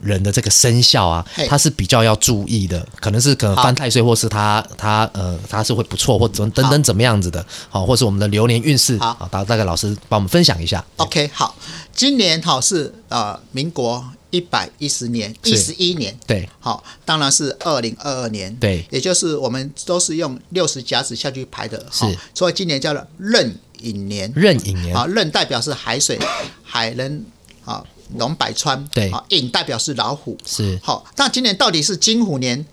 [SPEAKER 1] 人的这个生肖啊
[SPEAKER 2] 嘿，
[SPEAKER 1] 他是比较要注意的，可能是可能
[SPEAKER 2] 好
[SPEAKER 1] 犯太岁，或是他他呃他是会不错，或怎么等等怎么样子的，好，或是我们的流年运势，
[SPEAKER 2] 好
[SPEAKER 1] 大大概老师帮我们分享一下。
[SPEAKER 2] OK，好，今年哈是呃民国一百一十年，一
[SPEAKER 1] 是
[SPEAKER 2] 十一年，
[SPEAKER 1] 对，
[SPEAKER 2] 好，当然是二零二二年，
[SPEAKER 1] 对
[SPEAKER 2] 也就是我们都是用六十甲子下去排的，
[SPEAKER 1] 是
[SPEAKER 2] 好所以今年叫做壬寅年，
[SPEAKER 1] 壬寅年
[SPEAKER 2] 好，壬代表是海水，海人，好，龙百川，
[SPEAKER 1] 对
[SPEAKER 2] 好，寅代表是老虎，
[SPEAKER 1] 是
[SPEAKER 2] 好，那今年到底是金虎年，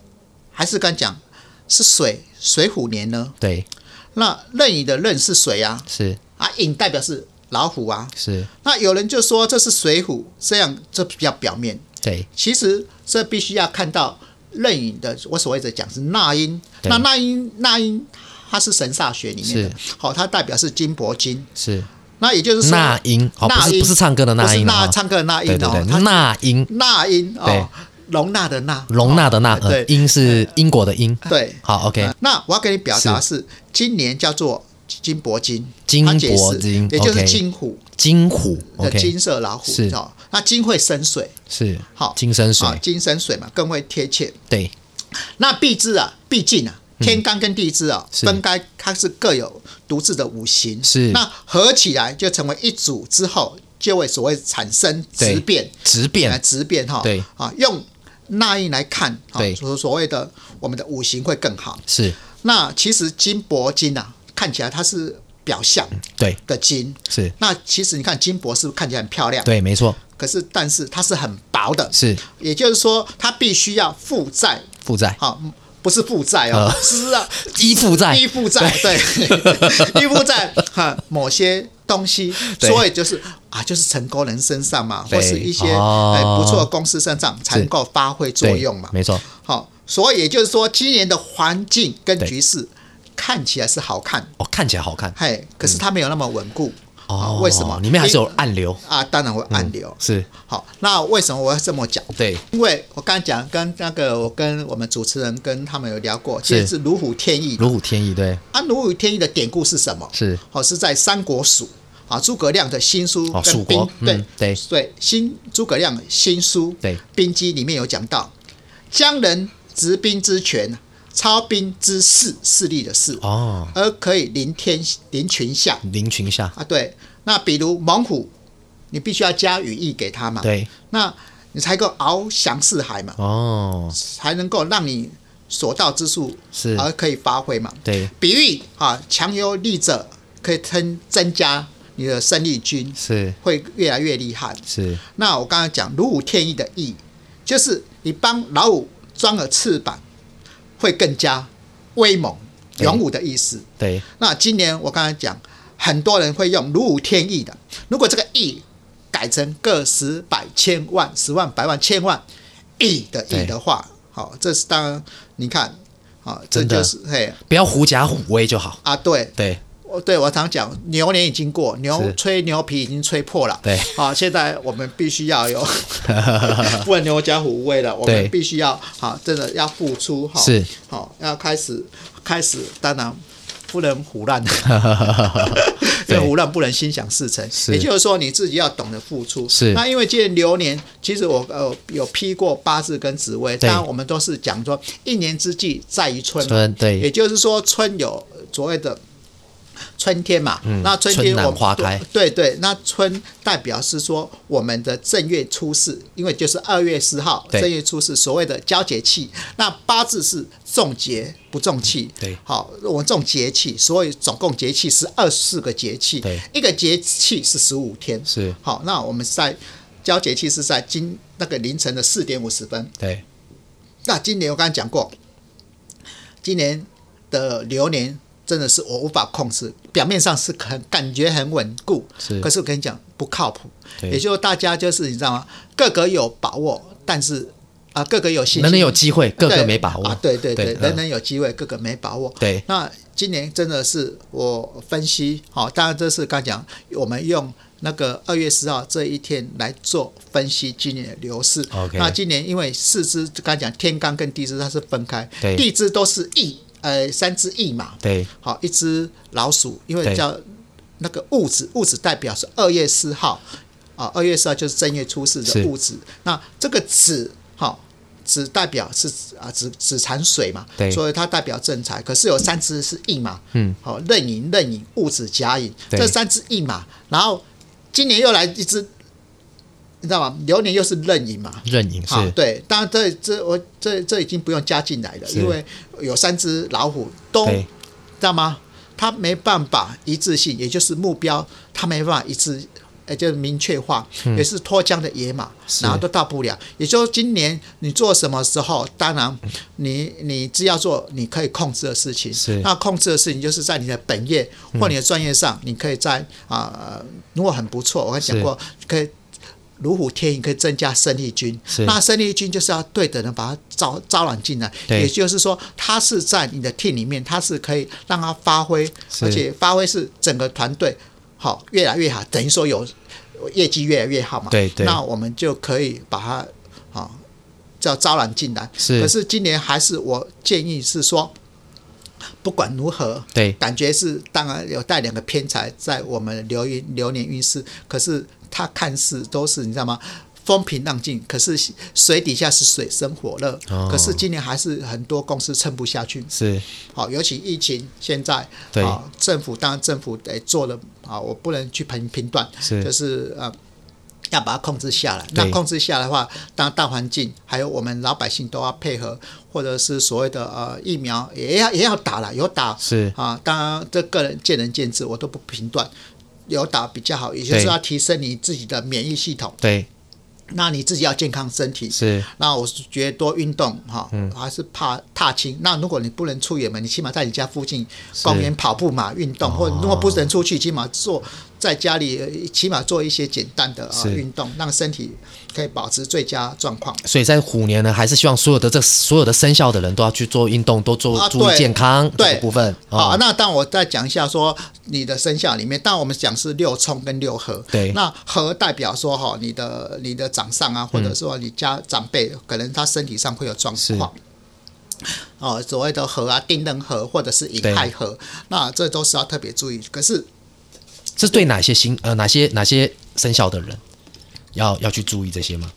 [SPEAKER 2] 还是刚讲是水水虎年呢？
[SPEAKER 1] 对，
[SPEAKER 2] 那壬寅的壬是水啊，
[SPEAKER 1] 是
[SPEAKER 2] 啊，寅代表是老虎啊，
[SPEAKER 1] 是，
[SPEAKER 2] 那有人就说这是水浒，这样这比较表面。
[SPEAKER 1] 对，
[SPEAKER 2] 其实这必须要看到壬寅的，我所谓的讲是纳音。
[SPEAKER 1] 对
[SPEAKER 2] 那纳音纳音，它是神煞学里面的，好、它代表是金箔金。
[SPEAKER 1] 是
[SPEAKER 2] 那也就是说，
[SPEAKER 1] 那英哦，不
[SPEAKER 2] 纳
[SPEAKER 1] 是
[SPEAKER 2] 音
[SPEAKER 1] 不是唱歌的
[SPEAKER 2] 不
[SPEAKER 1] 那
[SPEAKER 2] 是
[SPEAKER 1] 英
[SPEAKER 2] 纳
[SPEAKER 1] 啊，
[SPEAKER 2] 唱歌的纳音
[SPEAKER 1] 对对
[SPEAKER 2] 哦，
[SPEAKER 1] 对，
[SPEAKER 2] 它
[SPEAKER 1] 那英
[SPEAKER 2] 纳音
[SPEAKER 1] 对
[SPEAKER 2] 哦，容纳的纳，
[SPEAKER 1] 容纳的纳，呃
[SPEAKER 2] 对
[SPEAKER 1] 英是英国的英。
[SPEAKER 2] 对。
[SPEAKER 1] 好，OK，
[SPEAKER 2] 呃那我要跟你表达是，今年叫做金箔金，
[SPEAKER 1] 金
[SPEAKER 2] 它解释
[SPEAKER 1] 箔金
[SPEAKER 2] 也就是
[SPEAKER 1] ，OK
[SPEAKER 2] 金虎
[SPEAKER 1] 金虎
[SPEAKER 2] 的
[SPEAKER 1] ，OK，
[SPEAKER 2] 金色老虎
[SPEAKER 1] 是
[SPEAKER 2] 哦。那金会生水，
[SPEAKER 1] 是
[SPEAKER 2] 好
[SPEAKER 1] 金生水
[SPEAKER 2] 啊，，金生水嘛，更会贴切。
[SPEAKER 1] 对，
[SPEAKER 2] 那地支啊，毕竟啊，天干跟地支啊，
[SPEAKER 1] 嗯是
[SPEAKER 2] 分开它是各有独自的五行，
[SPEAKER 1] 是
[SPEAKER 2] 那合起来就成为一组之后，就会所谓产生
[SPEAKER 1] 对
[SPEAKER 2] 质变，
[SPEAKER 1] 直
[SPEAKER 2] 来
[SPEAKER 1] 变
[SPEAKER 2] 质变哈，
[SPEAKER 1] 对
[SPEAKER 2] 啊，用那一来看，啊
[SPEAKER 1] 对
[SPEAKER 2] 所所谓的我们的五行会更好。
[SPEAKER 1] 是
[SPEAKER 2] 那其实金箔金啊，看起来它是表象
[SPEAKER 1] 对
[SPEAKER 2] 的金，
[SPEAKER 1] 是，
[SPEAKER 2] 那其实你看金箔是不是看起来很漂亮？
[SPEAKER 1] 对，没错，
[SPEAKER 2] 可是但是它是很薄的，
[SPEAKER 1] 是
[SPEAKER 2] 也就是说它必须要负债
[SPEAKER 1] 负债，
[SPEAKER 2] 好、不是负债哦，
[SPEAKER 1] 呃
[SPEAKER 2] 是 啊，
[SPEAKER 1] 依附在
[SPEAKER 2] 依附债，对， 依附债哈，某些东西，
[SPEAKER 1] 对
[SPEAKER 2] 所以就是啊，就是成功人身上嘛，
[SPEAKER 1] 对
[SPEAKER 2] 或是一些
[SPEAKER 1] 哦
[SPEAKER 2] 哎不错的公司身上才能够发挥作
[SPEAKER 1] 对
[SPEAKER 2] 用嘛。
[SPEAKER 1] 没错，
[SPEAKER 2] 好、所以也就是说，今年的环境跟
[SPEAKER 1] 对
[SPEAKER 2] 局势看起来是好看，
[SPEAKER 1] 哦，看起来好看
[SPEAKER 2] 嘿，可是它没有那么稳固。
[SPEAKER 1] 嗯
[SPEAKER 2] 啊
[SPEAKER 1] 哦，
[SPEAKER 2] 为什么？
[SPEAKER 1] 里面还是有嗯暗流，
[SPEAKER 2] 啊，当然会暗流。
[SPEAKER 1] 是
[SPEAKER 2] 好，那为什么我要这么讲？
[SPEAKER 1] 对，
[SPEAKER 2] 因为我刚才讲跟那个我跟我们主持人跟他们有聊过，其
[SPEAKER 1] 是
[SPEAKER 2] 实是如虎添翼。
[SPEAKER 1] 如虎添翼，对，
[SPEAKER 2] 啊，如虎添翼的典故是什么？
[SPEAKER 1] 是
[SPEAKER 2] 哦，是在三国蜀。啊，诸葛亮的新书
[SPEAKER 1] 哦蜀
[SPEAKER 2] 跟冰、
[SPEAKER 1] 国
[SPEAKER 2] 对、
[SPEAKER 1] 嗯对
[SPEAKER 2] 对新诸葛亮新书
[SPEAKER 1] 对
[SPEAKER 2] 兵机里面有讲到，将人执兵之权，操兵之势，势力的势，
[SPEAKER 1] 哦，
[SPEAKER 2] 而可以临天临群下
[SPEAKER 1] 林群下，
[SPEAKER 2] 啊。对，那比如猛虎，你必须要加羽翼给它嘛，
[SPEAKER 1] 对，
[SPEAKER 2] 那你才够翱翔四海嘛，
[SPEAKER 1] 哦，
[SPEAKER 2] 才能够让你所到之处
[SPEAKER 1] 是
[SPEAKER 2] 而可以发挥嘛。
[SPEAKER 1] 对，
[SPEAKER 2] 比喻啊，强有力者可以增增加你的生力军，
[SPEAKER 1] 是
[SPEAKER 2] 会越来越厉害。
[SPEAKER 1] 是，
[SPEAKER 2] 那我刚才讲如虎添翼的翼，就是你帮老虎装了翅膀，会更加威猛、
[SPEAKER 1] 对
[SPEAKER 2] 勇武的意思。
[SPEAKER 1] 对，
[SPEAKER 2] 那今年我刚才讲，很多人会用如虎添翼的，如果这个翼改成个十百千万、十万百万千万亿的
[SPEAKER 1] 对
[SPEAKER 2] 亿的话，好、这是当然，你看，好、这
[SPEAKER 1] 真的
[SPEAKER 2] 就是嘿
[SPEAKER 1] 不要狐假虎威就好。
[SPEAKER 2] 啊，对，
[SPEAKER 1] 对，
[SPEAKER 2] 我对我常讲，牛年已经过，牛
[SPEAKER 1] 是
[SPEAKER 2] 吹牛皮已经吹破了。
[SPEAKER 1] 对
[SPEAKER 2] 啊，现在我们必须要有， 不然牛家虎威了。我
[SPEAKER 1] 对
[SPEAKER 2] 们必须要好，真的要付出哈。
[SPEAKER 1] 是
[SPEAKER 2] 好，要开始开始，当然不能胡乱， 因
[SPEAKER 1] 对
[SPEAKER 2] 为胡乱不能心想事成。
[SPEAKER 1] 是
[SPEAKER 2] 也就是说，你自己要懂得付出。
[SPEAKER 1] 是
[SPEAKER 2] 那因为今年流年，其实我呃有批过八字跟紫薇，
[SPEAKER 1] 对
[SPEAKER 2] 当然我们都是讲说一年之计在于春嘛。
[SPEAKER 1] 春对
[SPEAKER 2] 也就是说春有所谓的春天嘛，那春
[SPEAKER 1] 嗯春
[SPEAKER 2] 天
[SPEAKER 1] 暖
[SPEAKER 2] 我们
[SPEAKER 1] 花开
[SPEAKER 2] 对对，那春代表是说我们的正月初四，因为就是二月四号
[SPEAKER 1] 对
[SPEAKER 2] 正月初四所谓的交节气，那八字是重节不重气，
[SPEAKER 1] 对
[SPEAKER 2] 好，我们重节气，所以总共节气是二十四个节气
[SPEAKER 1] 对，
[SPEAKER 2] 一个节气是十五天，
[SPEAKER 1] 是
[SPEAKER 2] 好，那我们在交节气是在今那个凌晨的四点五十分，
[SPEAKER 1] 对
[SPEAKER 2] 那今年我刚才讲过，今年的流年真的是我无法控制，表面上是很感觉很稳固，
[SPEAKER 1] 是
[SPEAKER 2] 可是我跟你讲不靠谱，
[SPEAKER 1] 对
[SPEAKER 2] 也就是大家就是你知道吗？个个有把握，但是啊、个个有信心，
[SPEAKER 1] 人人有机会，个个
[SPEAKER 2] 对
[SPEAKER 1] 没把握
[SPEAKER 2] 啊，对对对，人
[SPEAKER 1] 嗯
[SPEAKER 2] 人有机会，个个没把握。
[SPEAKER 1] 对
[SPEAKER 2] 那今年真的是我分析，好、当然这是刚讲，我们用那个二月十号这一天来做分析今年的流势。
[SPEAKER 1] OK
[SPEAKER 2] 那今年因为四支刚讲天罡跟地支它是分开
[SPEAKER 1] 对，
[SPEAKER 2] 地支都是翼，呃，三只翼嘛，
[SPEAKER 1] 对
[SPEAKER 2] 好，一只老鼠，因
[SPEAKER 1] 对
[SPEAKER 2] 为叫那个戊子，戊子代表是二月四号，啊，二月四号就是正月初四
[SPEAKER 1] 是
[SPEAKER 2] 的戊子。那这个子，好、子代表是啊子子产水嘛
[SPEAKER 1] 对，
[SPEAKER 2] 所以它代表正财。可是有三只是印嘛，
[SPEAKER 1] 嗯，
[SPEAKER 2] 好、壬寅、壬寅、戊子、甲寅，
[SPEAKER 1] 对
[SPEAKER 2] 这三只印嘛。然后今年又来一只，你知道吗？流年又是壬寅嘛，
[SPEAKER 1] 认赢
[SPEAKER 2] 啊
[SPEAKER 1] 是，
[SPEAKER 2] 对，当然这这我这这已经不用加进来了，
[SPEAKER 1] 是
[SPEAKER 2] 因为有三只老虎都
[SPEAKER 1] 对
[SPEAKER 2] 知道吗？他没办法一致性，也就是目标，他没办法一致，呃，就是明确化，
[SPEAKER 1] 嗯
[SPEAKER 2] 也是脱缰的野马，然后都到不了。也就是今年你做什么时候，当然
[SPEAKER 1] 嗯
[SPEAKER 2] 你你只要做你可以控制的事情
[SPEAKER 1] 是，嗯
[SPEAKER 2] 那控制的事情就是在你的本业或你的专业上，你可以在啊、呃如果很不错，我刚才讲过，可以如虎添翼，可以增加生力军
[SPEAKER 1] 是。
[SPEAKER 2] 那生力军就是要对的人把它招招揽进来，
[SPEAKER 1] 对
[SPEAKER 2] 也就是说，它是在你的 team 里面，它是可以让它发挥，
[SPEAKER 1] 是
[SPEAKER 2] 而且发挥是整个团队好越来越好，等于说有业绩越来越好嘛。
[SPEAKER 1] 对对
[SPEAKER 2] 那我们就可以把它好叫招揽进来。
[SPEAKER 1] 是
[SPEAKER 2] 可是今年还是我建议是说，不管如何，
[SPEAKER 1] 对
[SPEAKER 2] 感觉是当然有带两个偏财在我们流云流年运势，可是它看似都是你知道吗？风平浪静，可是水底下是水深火热。
[SPEAKER 1] 哦
[SPEAKER 2] 可是今年还是很多公司撑不下去，
[SPEAKER 1] 是
[SPEAKER 2] 好，尤其疫情现在，
[SPEAKER 1] 对
[SPEAKER 2] 啊，政府当然政府得做了啊，我不能去评评断，
[SPEAKER 1] 是
[SPEAKER 2] 就是呃，要把它控制下来。
[SPEAKER 1] 对
[SPEAKER 2] 那控制下来的话，当然大环境还有我们老百姓都要配合，或者是所谓的呃疫苗也要也要打了，有打
[SPEAKER 1] 是
[SPEAKER 2] 啊，当然这个人见仁见智，我都不评断。有打比较好，也就是
[SPEAKER 1] 对
[SPEAKER 2] 要提升你自己的免疫系统，
[SPEAKER 1] 对
[SPEAKER 2] 那你自己要健康身体。
[SPEAKER 1] 是
[SPEAKER 2] 那我是觉得多运动哈，还是怕踏青。那如果你不能出远门，你起码在你家附近公园跑步嘛，运动，或者如果不能出去，起码做在家里，呃起码做一些简单的啊
[SPEAKER 1] 是
[SPEAKER 2] 运动，让身体可以保持最佳状况。
[SPEAKER 1] 所以在虎年呢，还是希望所有的这所有的生肖的人都要去做运动，多做
[SPEAKER 2] 啊
[SPEAKER 1] 注意
[SPEAKER 2] 对
[SPEAKER 1] 健康
[SPEAKER 2] 对
[SPEAKER 1] 这个部分
[SPEAKER 2] 好、
[SPEAKER 1] 啊。
[SPEAKER 2] 那但我再讲一下说你的生肖里面，但我们讲是六冲跟六合。
[SPEAKER 1] 对
[SPEAKER 2] 那合代表说哈，你的你的长上啊，或者说你家长辈，可能他身体上会有状况。哦，所谓的合啊，丁壬合或者是寅亥合，那这都是要特别注意。可是
[SPEAKER 1] 这对哪些星呃哪些哪些生肖的人要要去注意这些吗？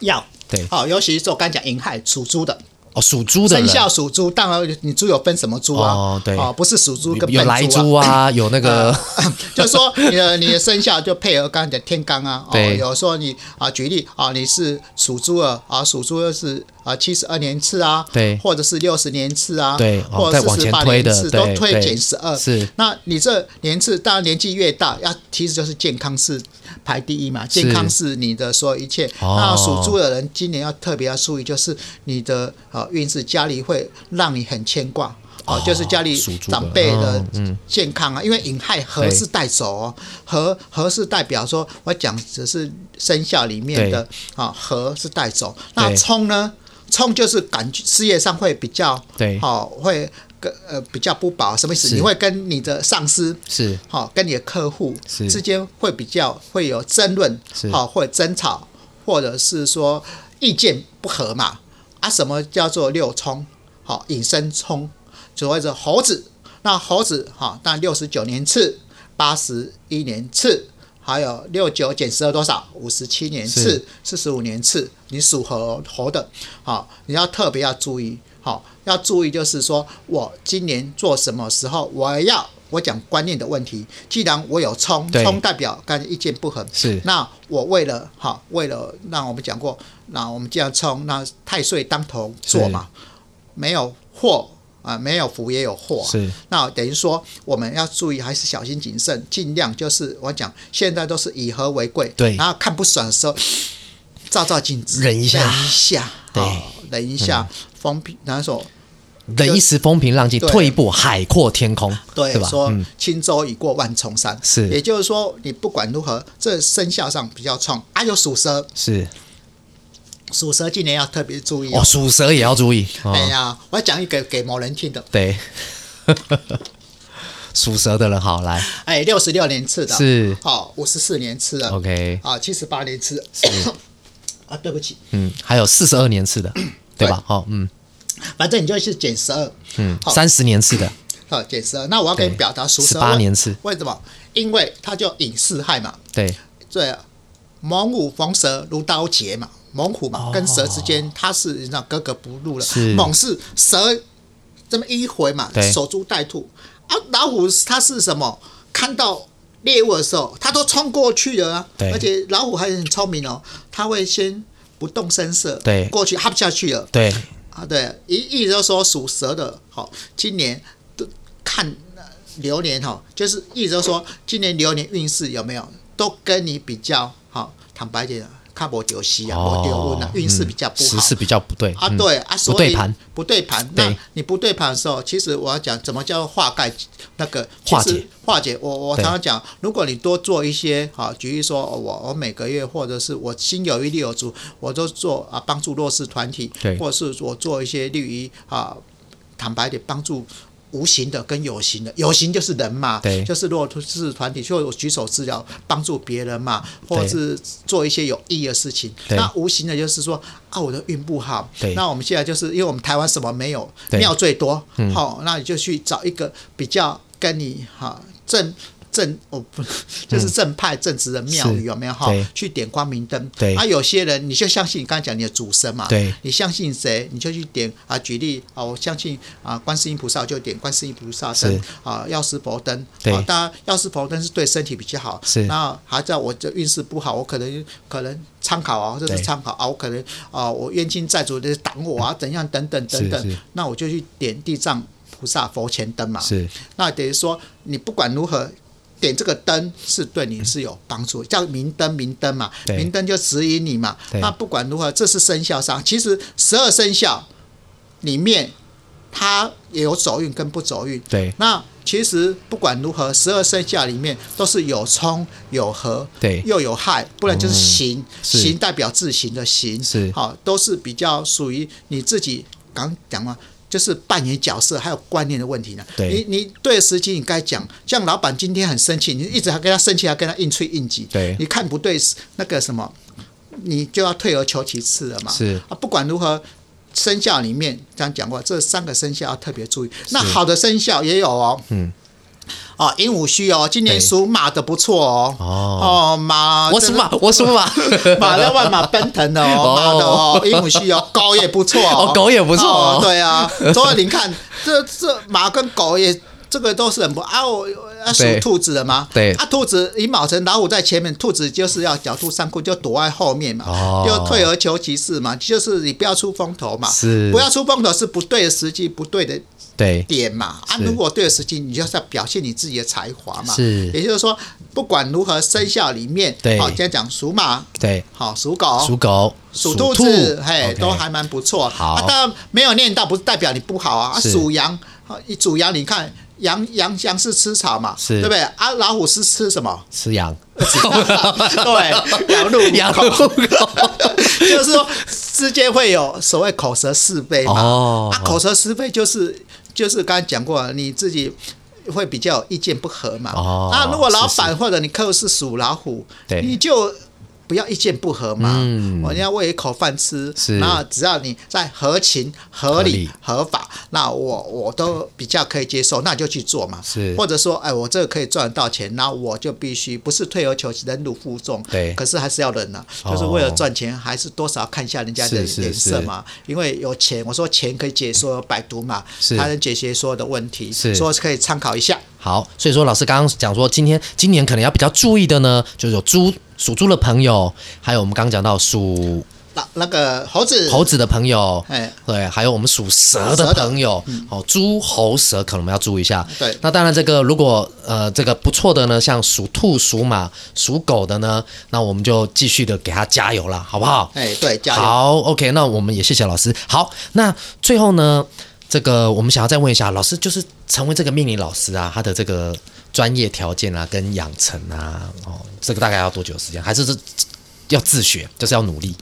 [SPEAKER 2] 要
[SPEAKER 1] 对
[SPEAKER 2] 好、尤其是我刚才讲寅亥属猪的，
[SPEAKER 1] 哦，属猪的
[SPEAKER 2] 生
[SPEAKER 1] 人
[SPEAKER 2] 肖属猪，当然你猪有分什么猪啊？
[SPEAKER 1] 哦对
[SPEAKER 2] 不是属猪跟
[SPEAKER 1] 有来
[SPEAKER 2] 笨猪啊嗯
[SPEAKER 1] 猪啊，有那个
[SPEAKER 2] 就是说你的你的生肖就配合刚才的天罡啊，哦，
[SPEAKER 1] 对
[SPEAKER 2] 有时候你啊，举例啊，你是属猪的啊，属猪的是啊七十二年次啊，
[SPEAKER 1] 对
[SPEAKER 2] 或者是六十年次啊，
[SPEAKER 1] 对哦
[SPEAKER 2] 或者
[SPEAKER 1] 再往
[SPEAKER 2] 是十
[SPEAKER 1] 前
[SPEAKER 2] 八
[SPEAKER 1] 推
[SPEAKER 2] 年
[SPEAKER 1] 的
[SPEAKER 2] 次都
[SPEAKER 1] 对
[SPEAKER 2] 推
[SPEAKER 1] 对
[SPEAKER 2] 减十二，
[SPEAKER 1] 是
[SPEAKER 2] 那你这年次，当然年纪越大，要其实就是健康是排第一嘛，健康是你的所有一切。
[SPEAKER 1] 哦
[SPEAKER 2] 那属猪的人今年要特别要注意，就是你的呃运势，家里会让你很牵挂。哦
[SPEAKER 1] 哦，
[SPEAKER 2] 就是家里
[SPEAKER 1] 属猪的
[SPEAKER 2] 长辈的
[SPEAKER 1] 嗯嗯
[SPEAKER 2] 健康啊，因为寅亥合是带走哦，合合是代表说，我讲只是生肖里面的啊，合是带走，那
[SPEAKER 1] 对
[SPEAKER 2] 冲呢？冲就是感觉事业上会比较
[SPEAKER 1] 对
[SPEAKER 2] 哦，会跟呃比较不保，什么意思？
[SPEAKER 1] 是
[SPEAKER 2] 你会跟你的上司
[SPEAKER 1] 是
[SPEAKER 2] 好、跟你的客户
[SPEAKER 1] 是
[SPEAKER 2] 之间会比较会有争论
[SPEAKER 1] 是，
[SPEAKER 2] 好、或者争吵，或者是说意见不合嘛。啊，什么叫做六冲？好、引申冲，所谓的猴子。那猴子哈，那六十九年次，八十一年次，还有六九减十二多少？五十七年次，四十五年次，你属猴猴的，好、你要特别要注意，好、要注意就是说我今年做什么时候我要。我讲观念的问题，既然我有冲，
[SPEAKER 1] 对
[SPEAKER 2] 冲代表刚才意见不合，
[SPEAKER 1] 是
[SPEAKER 2] 那我为了好，为了那我们讲过，那我们既然冲，那太岁当头做嘛，没有祸啊、没有福也有祸啊、
[SPEAKER 1] 是
[SPEAKER 2] 那等于说我们要注意，还是小心谨慎，尽量就是我讲，现在都是以和为贵，
[SPEAKER 1] 对
[SPEAKER 2] 然后看不爽的时候，照照镜子，
[SPEAKER 1] 忍一下
[SPEAKER 2] 忍一下，
[SPEAKER 1] 对嗯
[SPEAKER 2] 哦忍一下，风平，然后说
[SPEAKER 1] 忍一时风平浪静，
[SPEAKER 2] 对
[SPEAKER 1] 退一步海阔天空，
[SPEAKER 2] 对，
[SPEAKER 1] 吧？
[SPEAKER 2] 说
[SPEAKER 1] 嗯，
[SPEAKER 2] 轻舟已过万重山，
[SPEAKER 1] 是
[SPEAKER 2] 也就是说你不管如何，这生肖上比较冲，还、有属蛇，
[SPEAKER 1] 是
[SPEAKER 2] 属蛇今年要特别注意、哦
[SPEAKER 1] 哦，属蛇也要注意。哦、
[SPEAKER 2] 哎呀，我要讲一个给某人听的，
[SPEAKER 1] 对， 属蛇的人好来
[SPEAKER 2] 哎，六十六年次的，
[SPEAKER 1] 是
[SPEAKER 2] 哦，五十四年次的
[SPEAKER 1] ，OK，
[SPEAKER 2] 啊，七十八年次， 啊，对不起，
[SPEAKER 1] 嗯，还有四十二年 次的，对吧？好、嗯，
[SPEAKER 2] 反正你就是减十二，
[SPEAKER 1] 嗯，
[SPEAKER 2] 好
[SPEAKER 1] 三十年次的，
[SPEAKER 2] 好，减十二。那我要跟你
[SPEAKER 1] 对
[SPEAKER 2] 表达属蛇
[SPEAKER 1] 18
[SPEAKER 2] 为
[SPEAKER 1] 年次
[SPEAKER 2] 为什么？因为它就引四害嘛，
[SPEAKER 1] 对，
[SPEAKER 2] 对，啊猛虎逢蛇如刀截嘛，猛虎嘛跟蛇之间它是你知道格格不入了
[SPEAKER 1] 哦是，
[SPEAKER 2] 猛是蛇这么一回嘛
[SPEAKER 1] 对，
[SPEAKER 2] 守株待兔啊，老虎它是什么？看到猎物的时候，它都冲过去了啊，
[SPEAKER 1] 对
[SPEAKER 2] 而且老虎还很聪明哦，它会先不动声色，
[SPEAKER 1] 对
[SPEAKER 2] 过去哈不下去了。
[SPEAKER 1] 对，
[SPEAKER 2] 啊，对，一一直都说属蛇的，好、今年都看呃流年哈、就是一直都说今年流年运势有没有都跟你比较好、坦白点，啊看不丢西啊，
[SPEAKER 1] 哦嗯
[SPEAKER 2] 不丢温啊，运势比较不
[SPEAKER 1] 时
[SPEAKER 2] 好。
[SPEAKER 1] 势比较不对
[SPEAKER 2] 啊，
[SPEAKER 1] 嗯
[SPEAKER 2] 对啊，所以
[SPEAKER 1] 不对盘，
[SPEAKER 2] 不对盘。
[SPEAKER 1] 对
[SPEAKER 2] 那你不对盘的时候，其实我要讲怎么叫化盖那个
[SPEAKER 1] 化
[SPEAKER 2] 其实
[SPEAKER 1] 解
[SPEAKER 2] 化解。我我
[SPEAKER 1] 对
[SPEAKER 2] 常常讲，如果你多做一些啊，举例说，哦我我每个月或者是我心有余力有足，我都做啊帮助弱势团体
[SPEAKER 1] 对，
[SPEAKER 2] 或者是我做一些利于啊，坦白点帮助。无形的跟有形的，有形就是人嘛，
[SPEAKER 1] 对
[SPEAKER 2] 就是弱势团体，就是我举手之劳帮助别人嘛，或
[SPEAKER 1] 对
[SPEAKER 2] 者是做一些有意义的事情。
[SPEAKER 1] 对
[SPEAKER 2] 那无形的就是说啊，我的运不好，
[SPEAKER 1] 对
[SPEAKER 2] 那我们现在就是因为我们台湾什么没有，
[SPEAKER 1] 对嗯
[SPEAKER 2] 庙最多，好、那你就去找一个比较跟你哈、正正我不 就是正派正直的庙
[SPEAKER 1] 嗯是
[SPEAKER 2] 宇有没有哈、
[SPEAKER 1] 对
[SPEAKER 2] 去点光明灯，
[SPEAKER 1] 对
[SPEAKER 2] 啊，有些人你就相信你刚才讲你的主神嘛，
[SPEAKER 1] 对
[SPEAKER 2] 你相信谁你就去点啊，举例啊，我相信啊观世音菩萨我就点观世音菩萨灯
[SPEAKER 1] 是
[SPEAKER 2] 啊，药师佛灯，
[SPEAKER 1] 对
[SPEAKER 2] 啊，当然药师佛灯是对身体比较啊好，
[SPEAKER 1] 是
[SPEAKER 2] 那还在我这运势不好，我可能可能参考啊，这
[SPEAKER 1] 对
[SPEAKER 2] 是参考啊，我可能啊、我冤亲债主就是挡我啊，怎样等等等
[SPEAKER 1] 是是
[SPEAKER 2] 等，那我就去点地藏菩萨佛前灯嘛。
[SPEAKER 1] 是
[SPEAKER 2] 那等于说，你不管如何点这个灯，是对你是有帮助，叫明灯明灯嘛，
[SPEAKER 1] 对
[SPEAKER 2] 明灯就指引你嘛。
[SPEAKER 1] 对
[SPEAKER 2] 那不管如何，这是生肖上，其实十二生肖里面，它也有走运跟不走运。
[SPEAKER 1] 对
[SPEAKER 2] 那其实不管如何，十二生肖里面都是有冲有合，
[SPEAKER 1] 对嗯
[SPEAKER 2] 又有害，不然就是刑，
[SPEAKER 1] 是
[SPEAKER 2] 刑代表自行的刑，
[SPEAKER 1] 是
[SPEAKER 2] 好，都是比较属于你自己刚讲嘛，就是扮演角色还有观念的问题呢。
[SPEAKER 1] 对
[SPEAKER 2] 你你对的时机你该讲，像老板今天很生气，你一直还跟他生气，还跟他硬吹硬挤，
[SPEAKER 1] 对
[SPEAKER 2] 你看不对那个什么，你就要退而求其次了嘛。
[SPEAKER 1] 是
[SPEAKER 2] 啊，不管如何。生肖里面，刚讲过，这三个生肖要特别注意。那好的生肖也有哦，嗯，哦，鹦鹉须哦，今年
[SPEAKER 1] 对
[SPEAKER 2] 属马的不错哦。
[SPEAKER 1] 哦
[SPEAKER 2] 哦，马，
[SPEAKER 1] 我属马，我属马，
[SPEAKER 2] 马在万马奔腾的哦，
[SPEAKER 1] 哦
[SPEAKER 2] 马的哦，鹦鹉须哦，狗也不错
[SPEAKER 1] 哦狗也不错哦
[SPEAKER 2] 哦 对啊，周二林看这这马跟狗也。这个都是很不啊，我啊属
[SPEAKER 1] 对
[SPEAKER 2] 兔子的嘛，
[SPEAKER 1] 对
[SPEAKER 2] 啊兔子寅卯辰，老虎在前面，兔子就是要狡兔三窟，就躲在后面嘛，
[SPEAKER 1] 哦
[SPEAKER 2] 就退而求其次嘛，就是你不要出风头嘛，
[SPEAKER 1] 是
[SPEAKER 2] 不要出风头是不对的时机，不对的
[SPEAKER 1] 对
[SPEAKER 2] 点嘛啊，
[SPEAKER 1] 是
[SPEAKER 2] 如果对的时机，你就是要表现你自己的才华嘛。
[SPEAKER 1] 是
[SPEAKER 2] 也就是说，不管如何生肖里面，哦
[SPEAKER 1] 对
[SPEAKER 2] 好，今天讲属马，
[SPEAKER 1] 对，
[SPEAKER 2] 好属狗，
[SPEAKER 1] 属狗、
[SPEAKER 2] 属
[SPEAKER 1] 兔
[SPEAKER 2] 兔子，嘿，
[SPEAKER 1] OK
[SPEAKER 2] 都还蛮不错。
[SPEAKER 1] 好
[SPEAKER 2] 啊，当然没有念到，不是代表你不好啊。啊
[SPEAKER 1] 是
[SPEAKER 2] 属羊，啊一属羊，你看羊羊羊是吃草嘛，
[SPEAKER 1] 是？
[SPEAKER 2] 对不对？啊，老虎是吃什么
[SPEAKER 1] 吃 羊，
[SPEAKER 2] 对，羊入虎口
[SPEAKER 1] 羊 入虎口，
[SPEAKER 2] 就是说之间会有所谓口舌是非嘛。
[SPEAKER 1] 哦
[SPEAKER 2] 啊，口舌是非就是就是刚才讲过，你自己。会比较有意见不合嘛？
[SPEAKER 1] 哦
[SPEAKER 2] 那如果老
[SPEAKER 1] 是
[SPEAKER 2] 板或者你客户是属老虎，
[SPEAKER 1] 对
[SPEAKER 2] 你就不要意见不合嘛。
[SPEAKER 1] 嗯
[SPEAKER 2] 我要为一口饭吃，
[SPEAKER 1] 是
[SPEAKER 2] 那只要你在合情、合
[SPEAKER 1] 合
[SPEAKER 2] 理
[SPEAKER 1] 理、
[SPEAKER 2] 合法，那我我都比较可以接受，那就去做嘛。
[SPEAKER 1] 是
[SPEAKER 2] 或者说，哎，我这个可以赚得到钱，那我就必须不是退而求其次忍辱负重，
[SPEAKER 1] 对
[SPEAKER 2] 可是还是要忍啊，
[SPEAKER 1] 哦
[SPEAKER 2] 就是为了赚钱，还是多少看一下人家的
[SPEAKER 1] 是是
[SPEAKER 2] 脸色
[SPEAKER 1] 是
[SPEAKER 2] 嘛。因为有钱，我说钱可以解说百毒嘛
[SPEAKER 1] 是，
[SPEAKER 2] 它能解决所有的问题，
[SPEAKER 1] 是
[SPEAKER 2] 说可以参考一下。
[SPEAKER 1] 好，所以说老师刚刚讲说，今天今年可能要比较注意的呢，就是有猪属猪的朋友，还有我们刚刚讲到属
[SPEAKER 2] 那那个猴子，
[SPEAKER 1] 猴子的朋友，
[SPEAKER 2] 哎，
[SPEAKER 1] 对，还有我们属蛇
[SPEAKER 2] 蛇
[SPEAKER 1] 的
[SPEAKER 2] 的
[SPEAKER 1] 朋友，哦，猪、猴、蛇可能我们要注意一下。
[SPEAKER 2] 对
[SPEAKER 1] 那当然这个如果呃这个不错的呢，像属兔、属马、属狗的呢，那我们就继续的给他加油啦，好不好？
[SPEAKER 2] 哎，对，加油。
[SPEAKER 1] 好，OK，那我们也谢谢老师。好，那最后呢，这个我们想要再问一下老师，就是成为这个命理老师啊，他的这个专业条件啊，跟养成啊，哦，这个大概要多久时间？还是这要自学，就是要努力，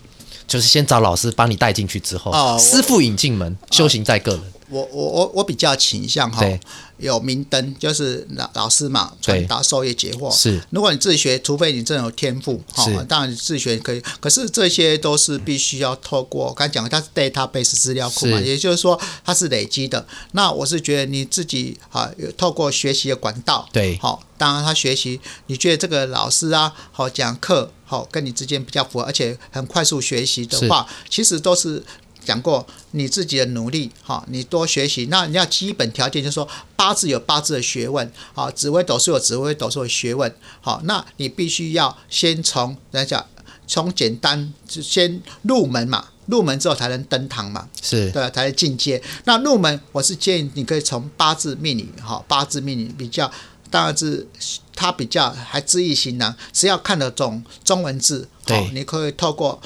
[SPEAKER 1] 就是先找老师帮你带进去之后，
[SPEAKER 2] 哦我
[SPEAKER 1] 师傅引进门，修行在个人。
[SPEAKER 2] 我我我我比较倾向哈
[SPEAKER 1] 对，
[SPEAKER 2] 有明灯就是老老师嘛，
[SPEAKER 1] 对
[SPEAKER 2] 传达授业解惑。
[SPEAKER 1] 是，
[SPEAKER 2] 如果你自己学，除非你真的有天赋
[SPEAKER 1] 是
[SPEAKER 2] 哈，当然你自己学可以。可是这些都是必须要透过，我刚才讲它是 database 资料库嘛，
[SPEAKER 1] 是
[SPEAKER 2] 也就是说它是累积的。那我是觉得你自己啊，有透过学习的管道，
[SPEAKER 1] 对
[SPEAKER 2] 好、当然他学习，你觉得这个老师啊，好、讲课，好、跟你之间比较符合，而且很快速学习的话，其实都是讲过你自己的努力，哈、你多学习。那你要基本条件就是说，八字有八字的学问，好、紫微斗数有紫微斗数的学问，好、那你必须要先从人家讲从简单就先入门嘛，入门之后才能登堂嘛。
[SPEAKER 1] 是
[SPEAKER 2] 对，才是进阶。那入门，我是建议你可以从八字命理，哈，八字命理比较，当然是它比较还知易行难，只要看得懂中文字，
[SPEAKER 1] 对
[SPEAKER 2] 好，你可以透过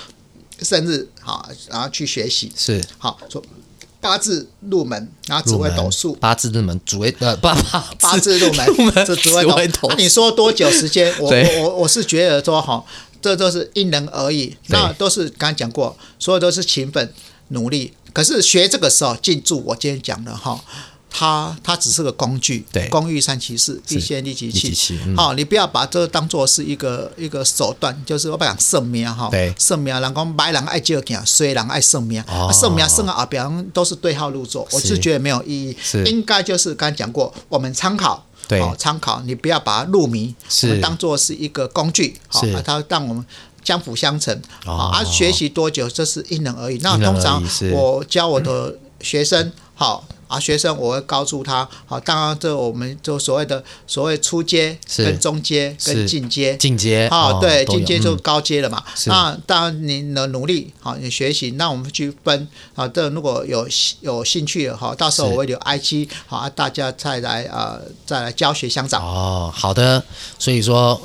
[SPEAKER 2] 生日，好，然后去学习，
[SPEAKER 1] 是，
[SPEAKER 2] 好，说八字入门，然后紫
[SPEAKER 1] 入
[SPEAKER 2] 微
[SPEAKER 1] 门
[SPEAKER 2] 斗数。
[SPEAKER 1] 八字入门，主位呃八 八
[SPEAKER 2] 八字入 门，这紫
[SPEAKER 1] 紫微
[SPEAKER 2] 微
[SPEAKER 1] 斗
[SPEAKER 2] 斗。那你说多久时间？我
[SPEAKER 1] 对
[SPEAKER 2] 我我我是觉得说哈，这都是因人而异。那都是刚刚讲过，所有都是勤奋努力。可是学这个时候，记住我今天讲的哈。它它只是个工具，
[SPEAKER 1] 对
[SPEAKER 2] 工欲善其事，必先利其器。
[SPEAKER 1] 利其器嗯
[SPEAKER 2] 好、你不要把这当做是一个一个手段，就是我讲圣命哈，
[SPEAKER 1] 对
[SPEAKER 2] 圣命，人讲白人爱借行，衰人爱圣命，
[SPEAKER 1] 哦
[SPEAKER 2] 圣命圣啊，别人都是对号入座，我
[SPEAKER 1] 是
[SPEAKER 2] 是觉得没有意义
[SPEAKER 1] 是，
[SPEAKER 2] 应该就是刚才讲过，我们参考。
[SPEAKER 1] 对
[SPEAKER 2] 好参考，你不要把它入迷，
[SPEAKER 1] 是
[SPEAKER 2] 我们当做是一个工具，好
[SPEAKER 1] 是，
[SPEAKER 2] 把它让我们相辅相成。
[SPEAKER 1] 哦
[SPEAKER 2] 好，啊，学习多久这是因人而异。那
[SPEAKER 1] 因人而
[SPEAKER 2] 通
[SPEAKER 1] 异
[SPEAKER 2] 常
[SPEAKER 1] 是
[SPEAKER 2] 我教我的学生，好啊，学生我会告诉他，好，当然这我们就所谓的所谓初阶、
[SPEAKER 1] 是
[SPEAKER 2] 跟中阶、
[SPEAKER 1] 是
[SPEAKER 2] 跟进 阶。
[SPEAKER 1] 进 阶哦
[SPEAKER 2] 好，哦对，进阶
[SPEAKER 1] 接
[SPEAKER 2] 就高阶了嘛。
[SPEAKER 1] 嗯是
[SPEAKER 2] 那当然你的努力，好，你学习，那我们去分，好，这如果有有兴趣的哈，到时候
[SPEAKER 1] 是
[SPEAKER 2] 我会留 IG，好，啊大家再来呃再来教学相长。
[SPEAKER 1] 哦，好的。所以说，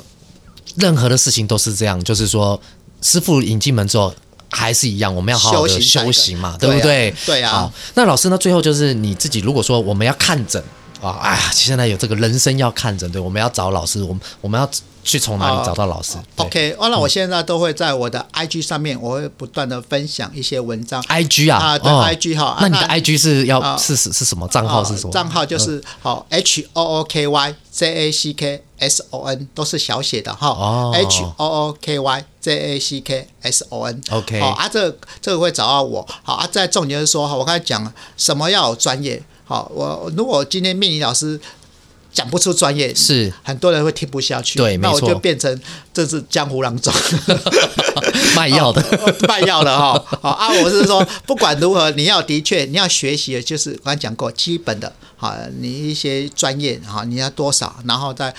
[SPEAKER 1] 任何的事情都是这样，就是说，师傅引进门之后。还是一样，我们要好好
[SPEAKER 2] 修
[SPEAKER 1] 的
[SPEAKER 2] 行才
[SPEAKER 1] 修行嘛，
[SPEAKER 2] 对
[SPEAKER 1] 对不
[SPEAKER 2] 啊
[SPEAKER 1] 对？
[SPEAKER 2] 对啊
[SPEAKER 1] 好，那老师呢？最后就是你自己，如果说我们要看诊啊，哎呀，现在有这个人生要看诊，对，我们要找老师，我们我们要去从哪里
[SPEAKER 2] 哦
[SPEAKER 1] 找到老师、对嗯
[SPEAKER 2] OK，哦，那我现在都会在我的 IG 上面，我会不断的分享一些文章。
[SPEAKER 1] ？IG 啊，
[SPEAKER 2] 啊对
[SPEAKER 1] 哦
[SPEAKER 2] IG 哈啊
[SPEAKER 1] 那你的
[SPEAKER 2] 那
[SPEAKER 1] IG 是要、
[SPEAKER 2] 啊
[SPEAKER 1] 是是是什么账号是什么？嗯
[SPEAKER 2] 哦账号就是好 H O O K Y J A C K S O N 都是小写的
[SPEAKER 1] 哦
[SPEAKER 2] 哈，H O O K Y J A C K S O N。
[SPEAKER 1] OK
[SPEAKER 2] 好啊，这这个会找到我。好啊，再重点就是说，好我刚才讲了什么要有专业。好，我如果今天命理老师讲不出专业，
[SPEAKER 1] 是
[SPEAKER 2] 很多人会听不下去。
[SPEAKER 1] 对没
[SPEAKER 2] 那我
[SPEAKER 1] 错
[SPEAKER 2] 就变成这是江湖郎 中，
[SPEAKER 1] 卖药
[SPEAKER 2] 哦
[SPEAKER 1] 的，
[SPEAKER 2] 卖药的哈、哦。好啊，我是说，不管如何，你要的确你要学习的就是我刚才讲过基本的，好，你一些专业哈，你要多少，然后再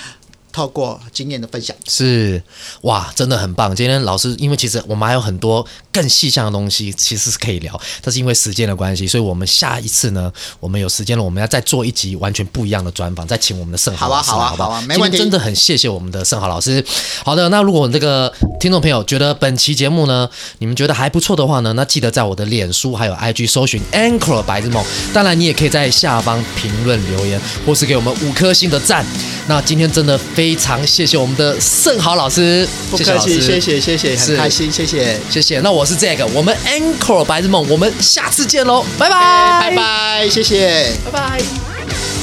[SPEAKER 2] 透过经验的分享。
[SPEAKER 1] 是哇，真的很棒。今天老师，因为其实我们还有很多更细项的东西，其实是可以聊，但是因为时间的关系，所以我们下一次呢，我们有时间了，我们要再做一集完全不一样的专访，再请我们的盛豪
[SPEAKER 2] 好啊
[SPEAKER 1] 老师来
[SPEAKER 2] 好啊
[SPEAKER 1] 好不好？
[SPEAKER 2] 好啊
[SPEAKER 1] 今
[SPEAKER 2] 没
[SPEAKER 1] 天
[SPEAKER 2] 问题
[SPEAKER 1] 真的很谢谢我们的盛豪老师。好的，那如果这个听众朋友觉得本期节目呢，你们觉得还不错的话呢，那记得在我的脸书还有 IG 搜寻 Anchor 白日梦，当然你也可以在下方评论留言，或是给我们五颗星的赞。那今天真的非常谢谢我们的盛豪老师，
[SPEAKER 2] 不
[SPEAKER 1] 谢谢
[SPEAKER 2] 客
[SPEAKER 1] 老
[SPEAKER 2] 气，
[SPEAKER 1] 师，
[SPEAKER 2] 谢谢谢谢，
[SPEAKER 1] 是
[SPEAKER 2] 很开心，谢谢，
[SPEAKER 1] 谢谢。那我是这个，我们 Anchor 白日梦，我们下次见喽，拜拜，
[SPEAKER 2] 拜拜，谢谢。
[SPEAKER 1] 拜拜。